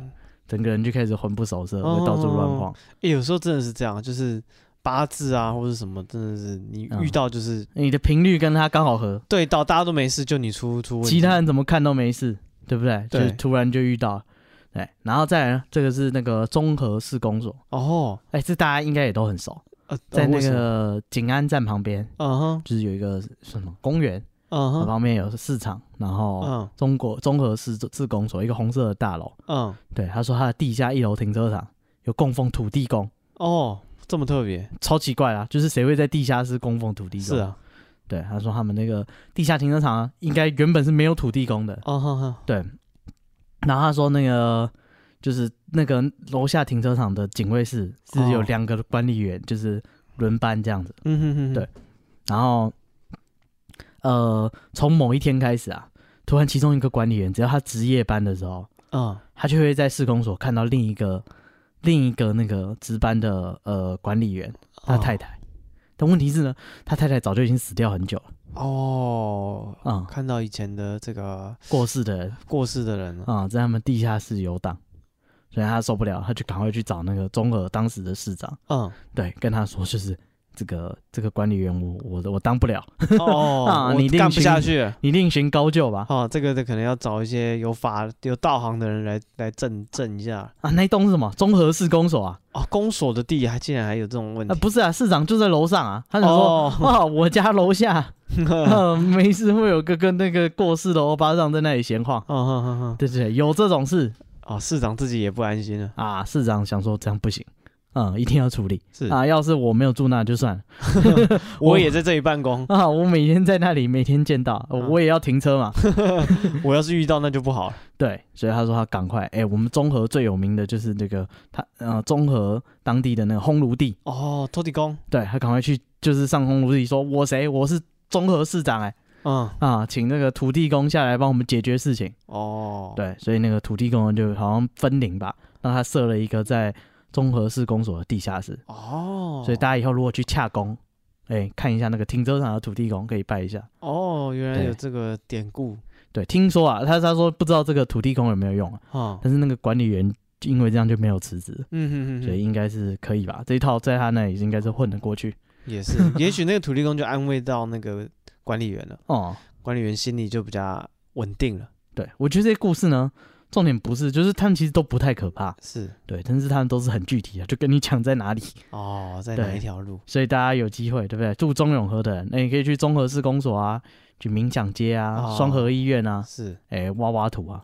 Speaker 2: 整个人就开始魂不守舍，
Speaker 1: 哦
Speaker 2: 会到处乱晃。
Speaker 1: 欸，有时候真的是这样，就是八字啊或者什么，真的是你
Speaker 2: 嗯
Speaker 1: 遇到就是
Speaker 2: 你的频率跟他刚好合，
Speaker 1: 对到，大家都没事，就你出出问题。
Speaker 2: 其他人怎么看都没事，对不对？
Speaker 1: 对
Speaker 2: 就是突然就遇到了，对，然后再来呢，这个是那个综合市公所，
Speaker 1: 哦，
Speaker 2: 哎，这大家应该也都很熟，
Speaker 1: 呃，
Speaker 2: 在那
Speaker 1: 为什么，
Speaker 2: 个景安站旁边，
Speaker 1: 嗯哼，
Speaker 2: 就是有一个什么公园，
Speaker 1: 嗯哼，
Speaker 2: 旁边有市场，然后
Speaker 1: 嗯
Speaker 2: 中国综合市自公所一个红色的大楼。
Speaker 1: 嗯，
Speaker 2: 对，他说他的地下一楼停车场有供奉土地公，
Speaker 1: 哦，这么特别，
Speaker 2: 超奇怪啦，就是谁会在地下室供奉土地公？
Speaker 1: 是，啊，
Speaker 2: 对，他说他们那个地下停车场啊应该原本是没有土地公的，
Speaker 1: 哦哼哼，
Speaker 2: 对。然后他说那个就是那个楼下停车场的警卫室是有
Speaker 1: 哦
Speaker 2: 两个管理员，就是轮班这样子。
Speaker 1: 嗯哼哼，
Speaker 2: 对然后，呃，从某一天开始啊，突然其中一个管理员，只要他值夜班的时候，
Speaker 1: 嗯，
Speaker 2: 他就会在市公所看到另一个另一个那个值班的呃管理员，他
Speaker 1: 嗯哦
Speaker 2: 太太。但问题是呢，他太太早就已经死掉很久了
Speaker 1: 哦，
Speaker 2: 啊、
Speaker 1: 看到以前的这个
Speaker 2: 过世的人
Speaker 1: 过世的人了，
Speaker 2: 啊、在他们地下室游荡，所以他受不了，他就赶快去找那个中和当时的市长，
Speaker 1: 嗯，
Speaker 2: 对，跟他说就是这个这个管理员我我我当不了，
Speaker 1: 哦
Speaker 2: 啊，
Speaker 1: 我
Speaker 2: 你另
Speaker 1: 干不
Speaker 2: 寻
Speaker 1: 下去了。
Speaker 2: 你另寻高就吧。
Speaker 1: 哦，这个这可能要找一些有法有道行的人来来证证一下。
Speaker 2: 啊，那一栋是什么？中和市公所啊。
Speaker 1: 哦，公所的地还竟然还有这种问
Speaker 2: 啊，
Speaker 1: 题。
Speaker 2: 不是啊，市长就在楼上啊。他就说：“
Speaker 1: 哦，
Speaker 2: 哇，我家 楼下，呃，没事会有个跟那个过世的欧巴桑在那里闲晃。
Speaker 1: 哦哼哼哼
Speaker 2: 对对对，有这种事
Speaker 1: 哦，市长自己也不安心了。
Speaker 2: 啊。市长想说这样不行，嗯，一定要处理
Speaker 1: 是，
Speaker 2: 啊。要是我没有住那就算了
Speaker 1: 我
Speaker 2: 我，
Speaker 1: 也在这里办公
Speaker 2: 啊，我每天在那里，每天见到，呃
Speaker 1: 啊
Speaker 2: 我也要停车嘛。
Speaker 1: 我要是遇到那就不好了。
Speaker 2: 对，所以他说他赶快，哎，我们中和最有名的就是那个他呃，中和当地的那个烘炉地，
Speaker 1: 哦，托地公，
Speaker 2: 对他赶快去就是上烘炉地说，我谁我是中和市长哎、
Speaker 1: 嗯，
Speaker 2: 啊，请那个土地公下来帮我们解决事情。
Speaker 1: 哦，，
Speaker 2: 对，所以那个土地公就好像分灵吧，让他设了一个在综合市公所的地下室。
Speaker 1: 哦，
Speaker 2: 所以大家以后如果去洽公，哎、看一下那个停车场的土地公，可以拜一下。
Speaker 1: 哦，原来
Speaker 2: 对
Speaker 1: 有这个典故
Speaker 2: 对，听说啊，他他说不知道这个土地公有没有用啊，
Speaker 1: 啊。
Speaker 2: 但是那个管理员因为这样就没有辞职，
Speaker 1: 嗯哼
Speaker 2: 所
Speaker 1: 哼
Speaker 2: 以
Speaker 1: 哼，
Speaker 2: 应该是可以吧？这一套在他那里应该是混得过去。
Speaker 1: 也是，也许那个土地公就安慰到那个管理员了，
Speaker 2: 哦、
Speaker 1: 管理员心里就比较稳定了。
Speaker 2: 对，我觉得这些故事呢，重点不是就是他们其实都不太可怕，
Speaker 1: 是，
Speaker 2: 对，但是他们都是很具体的，就跟你讲在哪里。
Speaker 1: 哦，在哪
Speaker 2: 对
Speaker 1: 一条路？
Speaker 2: 所以大家有机会，对不对？住中永和的人，那你可以去中和市公所啊，去冥想街啊
Speaker 1: 哦，
Speaker 2: 双、河医院啊，
Speaker 1: 是，
Speaker 2: 哎、挖挖土啊。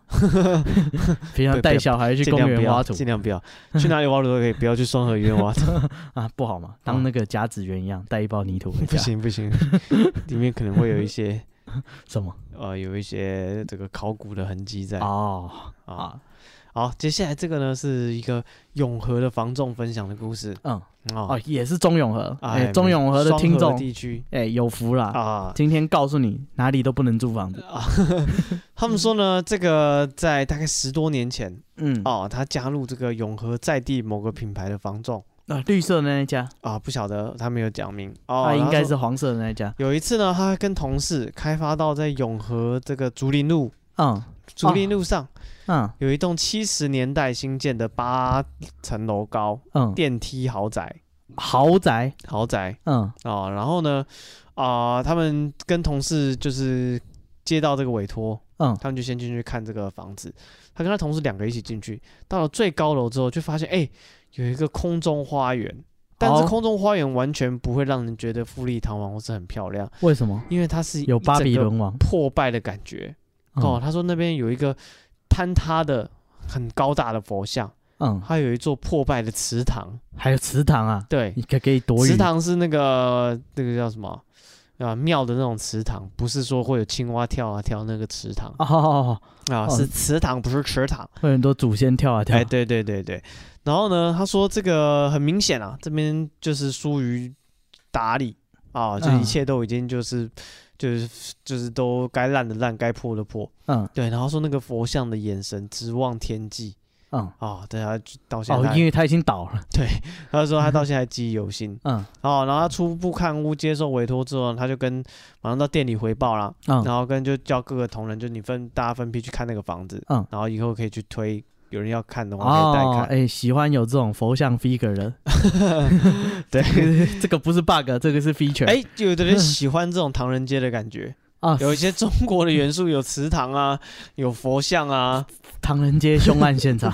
Speaker 2: 平常带小 孩去
Speaker 1: 尽
Speaker 2: 公
Speaker 1: 量不
Speaker 2: 园
Speaker 1: 要，
Speaker 2: 挖土
Speaker 1: 尽量不要去哪里挖土都可以，不要去双河医院挖土，
Speaker 2: 啊，不好嘛，当那个甲子园一样，带一包泥土回
Speaker 1: 嗯 不
Speaker 2: 家。
Speaker 1: 行不 行，里面可能会有一些
Speaker 2: 什么？
Speaker 1: 呃有一些这个考古的痕迹在啊。
Speaker 2: 哦啊，
Speaker 1: 好，接下来这个呢是一个永和的房仲分享的故事
Speaker 2: 嗯，
Speaker 1: 哦
Speaker 2: 哦，，也是中永和，哎、
Speaker 1: 哎
Speaker 2: 中永和的
Speaker 1: 双
Speaker 2: 听众，
Speaker 1: 地区
Speaker 2: 哎、有福啦、
Speaker 1: 啊。
Speaker 2: 今天告诉你哪里都不能租房子。
Speaker 1: 啊，他们说呢，这个在大概十多年前
Speaker 2: 嗯，哦，
Speaker 1: 哦，他加入这个永和在地某个品牌的房仲
Speaker 2: 那、绿色的那一家，
Speaker 1: 啊，不晓得他没有讲明哦，
Speaker 2: 啊，应
Speaker 1: 他
Speaker 2: 该
Speaker 1: 说
Speaker 2: 是黄色的那一家。
Speaker 1: 有一次呢，他跟同事开发到在永和这个竹林路，
Speaker 2: 嗯
Speaker 1: 竹林路上、
Speaker 2: 嗯
Speaker 1: 有一栋七十年代新建的八层楼高
Speaker 2: 嗯，
Speaker 1: 电梯豪宅，
Speaker 2: 豪宅，
Speaker 1: 豪宅
Speaker 2: 嗯
Speaker 1: 啊、然后呢，啊、他们跟同事就是接到这个委托，
Speaker 2: 嗯
Speaker 1: 他们就先进去看这个房子。他跟他同事两个一起进去，到了最高楼之后，就发现哎、有一个空中花园但是
Speaker 2: 好
Speaker 1: 空中花园完全不会让人觉得富丽堂皇或是很漂亮，
Speaker 2: 为什么
Speaker 1: 因为它是
Speaker 2: 有
Speaker 1: 一
Speaker 2: 巴
Speaker 1: 整
Speaker 2: 比
Speaker 1: 个
Speaker 2: 伦王？
Speaker 1: 破败的感觉。哦，
Speaker 2: 嗯
Speaker 1: 他说那边有一个坍塌的很高大的佛像，
Speaker 2: 嗯，
Speaker 1: 还有一座破败的祠堂。
Speaker 2: 还有祠堂啊，
Speaker 1: 对，
Speaker 2: 你可可以躲雨
Speaker 1: 祠。堂是那个那个叫什么啊庙的那种祠堂，不是说会有青蛙跳啊跳那个祠堂
Speaker 2: 哦哦哦，
Speaker 1: 啊，
Speaker 2: 哦
Speaker 1: 是祠堂不是池塘。
Speaker 2: 会有很多祖先跳啊跳
Speaker 1: 哎，。对对对对。然后呢，他说这个很明显啊，这边就是疏于打理啊，就
Speaker 2: 嗯
Speaker 1: 一切都已经就是、就是就是都该烂的烂，该破的破。
Speaker 2: 嗯
Speaker 1: 对，然后说那个佛像的眼神直望天际
Speaker 2: 嗯，
Speaker 1: 啊，对他就到现在
Speaker 2: 哦，
Speaker 1: 还、
Speaker 2: 因为嗯他已经倒了。
Speaker 1: 对，他说他到现在还记忆犹新。
Speaker 2: 嗯
Speaker 1: 哦，然后他初步看屋接受委托之后，他就跟马上到店里回报啦，
Speaker 2: 嗯
Speaker 1: 然后跟就叫各个同仁，就你分大家分批去看那个房子，
Speaker 2: 嗯
Speaker 1: 然后以后可以去推，有人要看的话可以带
Speaker 2: 哦
Speaker 1: 看，，
Speaker 2: 哎，喜欢有这种佛像 figure 的，
Speaker 1: 对，
Speaker 2: 这个不是 bug，这个是 feature。
Speaker 1: 哎、有的人 喜欢这种唐人街的感觉，
Speaker 2: 啊，
Speaker 1: 有一些中国的元素，有祠堂啊，有佛像啊，
Speaker 2: 唐人街凶案现 场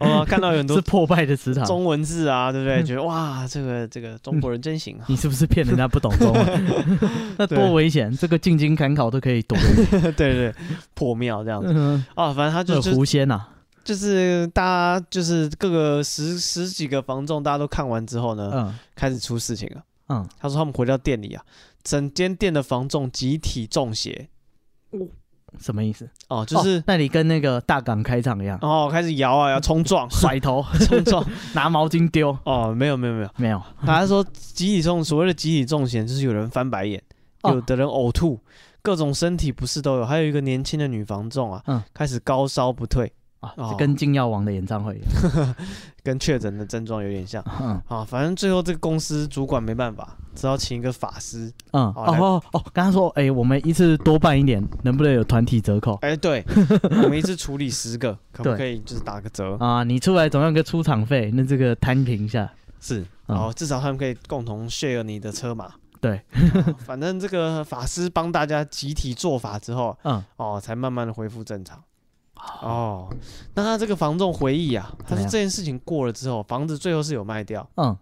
Speaker 1: 哦，看到有很
Speaker 2: 是嗯
Speaker 1: 多
Speaker 2: 破败的祠堂。
Speaker 1: 中文字啊，对不对？觉得哇，这个这个中国人真行啊，
Speaker 2: 你是不是骗人家不懂中 文？那多危险！这个进京赶考都可以躲。
Speaker 1: 对对对， 破庙这样子
Speaker 2: 嗯
Speaker 1: 啊，反正他
Speaker 2: 这
Speaker 1: 就就
Speaker 2: 狐仙啊呐，
Speaker 1: 就是大家就是各个十十几个房仲，大家都看完之后呢，
Speaker 2: 嗯
Speaker 1: 开始出事情了。
Speaker 2: 嗯，
Speaker 1: 他说他们回到店里啊，整间店的房仲集体中邪
Speaker 2: 什么意思？
Speaker 1: 哦，就是
Speaker 2: 哦那你跟那个大港开场一 样，
Speaker 1: 哦开始摇啊摇，冲 撞
Speaker 2: 甩头
Speaker 1: 冲撞
Speaker 2: 拿毛巾 丢，
Speaker 1: 哦，没有没有没有，
Speaker 2: 没有？
Speaker 1: 他说集体中所谓的集体中邪，就是有人翻白眼，
Speaker 2: 哦
Speaker 1: 有的人呕吐，各种身体不适都有，还有一个年轻的女房仲啊，
Speaker 2: 嗯
Speaker 1: 开始高烧不退，
Speaker 2: 啊，
Speaker 1: 哦
Speaker 2: 这跟金药王的演唱会一样。
Speaker 1: 跟确诊的症状有点像。
Speaker 2: 嗯
Speaker 1: 啊，反正最后这个公司主管没办法，只好请一个法师
Speaker 2: 嗯，
Speaker 1: 好来
Speaker 2: 哦哦哦，刚刚说，哎，我们一次多办一点，能不能有团体折扣？
Speaker 1: 哎、 对，我们一次处理十个，可不
Speaker 2: 对
Speaker 1: 可以就是打个折？
Speaker 2: 啊，你出来总要有个出场费，那这个摊平一下。
Speaker 1: 是，
Speaker 2: 嗯
Speaker 1: 哦，至少他们可以共同 share 你的车马。
Speaker 2: 对
Speaker 1: 哦反正这个法师帮大家集体做法之后，
Speaker 2: 嗯，
Speaker 1: 哦，才慢慢的恢复正常。哦，那他这个房仲回忆啊，他
Speaker 2: 怎么
Speaker 1: 说
Speaker 2: 样
Speaker 1: 这件事情过了之后，房子最后是有卖掉。
Speaker 2: 嗯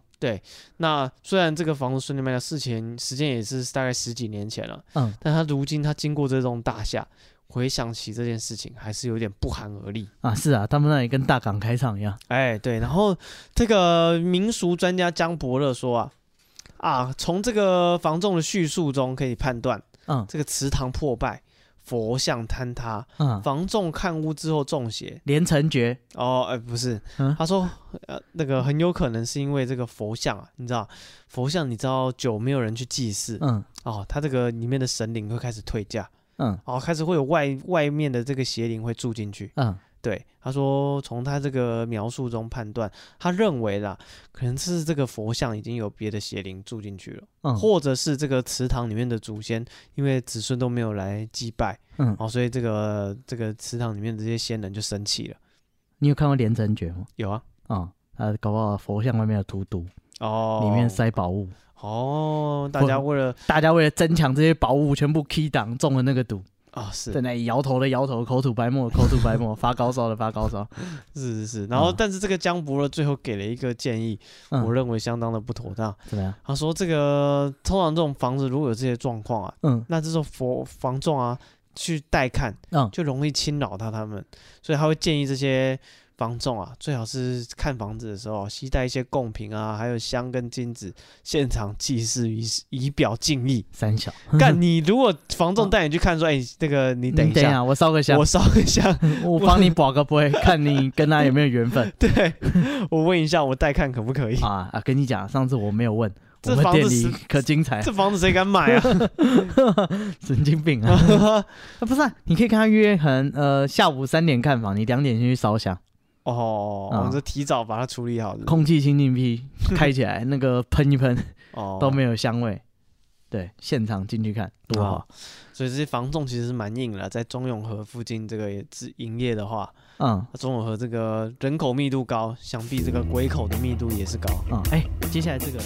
Speaker 1: 那虽然这个房子顺利卖掉，事情时间也是大概十几年前了，
Speaker 2: 嗯，
Speaker 1: 但他如今他经过这栋大厦，回想起这件事情，还是有点不寒而栗。
Speaker 2: 啊，是啊，他们那里跟大港开场一样。
Speaker 1: 哎，对，然后这个民俗专家江伯乐说啊，啊，从这个房仲的叙述中可以判断，
Speaker 2: 嗯
Speaker 1: 这个祠堂破败，佛像坍塌，
Speaker 2: 嗯，
Speaker 1: 房仲看屋之后中邪。
Speaker 2: 连城诀，
Speaker 1: 哦，哎，不是
Speaker 2: 嗯，
Speaker 1: 他说，呃，那个很有可能是因为这个佛像啊，你知道，佛像你知道久没有人去祭祀，
Speaker 2: 嗯
Speaker 1: 哦，它这个里面的神灵会开始退价，
Speaker 2: 嗯
Speaker 1: 哦，开始会有外外面的这个邪灵会住进去，
Speaker 2: 嗯
Speaker 1: 对，他说从他这个描述中判断，他认为啦，可能是这个佛像已经有别的邪灵住进去了，
Speaker 2: 嗯，
Speaker 1: 或者是这个祠堂里面的祖先，因为子孙都没有来祭拜，
Speaker 2: 嗯，
Speaker 1: 哦，所以这个这个祠堂里面的这些仙人就生气了。
Speaker 2: 你有看过《连城诀》吗？
Speaker 1: 有啊，
Speaker 2: 啊、他搞不好佛像外面有荼毒，
Speaker 1: 哦，
Speaker 2: 里面塞宝物，
Speaker 1: 哦，大家为了
Speaker 2: 大家为了增强这些宝物，全部 key 档中了那个毒，
Speaker 1: 啊、是
Speaker 2: 在那里摇头的摇头，口吐白沫的口吐白沫， 发高烧的发高烧。
Speaker 1: 是是是，然后
Speaker 2: 嗯
Speaker 1: 但是这个江伯乐最后给了一个建议，
Speaker 2: 嗯，
Speaker 1: 我认为相当的不妥当。
Speaker 2: 怎么样？
Speaker 1: 他说这个通常这种房子如果有这些状况啊，
Speaker 2: 嗯
Speaker 1: 那这种佛房众啊去带看，
Speaker 2: 嗯
Speaker 1: 就容易侵扰到他们，所以他会建议这些房众啊，最好是看房子的时候携带一些贡品啊，还有香跟金子，现场祭祀以以表敬 意。
Speaker 2: 三小，
Speaker 1: 干你如果房仲带你去看说，哎、那个你
Speaker 2: 嗯你
Speaker 1: 等一
Speaker 2: 一
Speaker 1: 下，
Speaker 2: 下，我烧个香
Speaker 1: 我，烧一下，
Speaker 2: 嗯我帮你保个不会，看你跟他有没有缘分
Speaker 1: 对我问一下，我带看可不 可以？
Speaker 2: 啊啊！跟你讲，上次我没有问，
Speaker 1: 这
Speaker 2: 我们
Speaker 1: 房
Speaker 2: 店
Speaker 1: 子
Speaker 2: 里
Speaker 1: 是
Speaker 2: 可精彩，
Speaker 1: 这房子谁敢买啊？
Speaker 2: 神经病啊！啊不是啊，你可以跟他约，可能呃下午三点看房，你两点先去烧香。
Speaker 1: 哦，我
Speaker 2: 啊
Speaker 1: 们就提早把它处理好了。
Speaker 2: 空气清净屁开起来，那个喷一喷
Speaker 1: 哦，
Speaker 2: 都没有香味。对，现场进去看多好。
Speaker 1: 所以这些房仲其实是蛮硬的，在中永和附近这个也是营业的话，
Speaker 2: 嗯
Speaker 1: 中永和这个
Speaker 2: 嗯
Speaker 1: 人口密度高，想必这个鬼口的密度也是高。
Speaker 2: 嗯，哎，接下来这个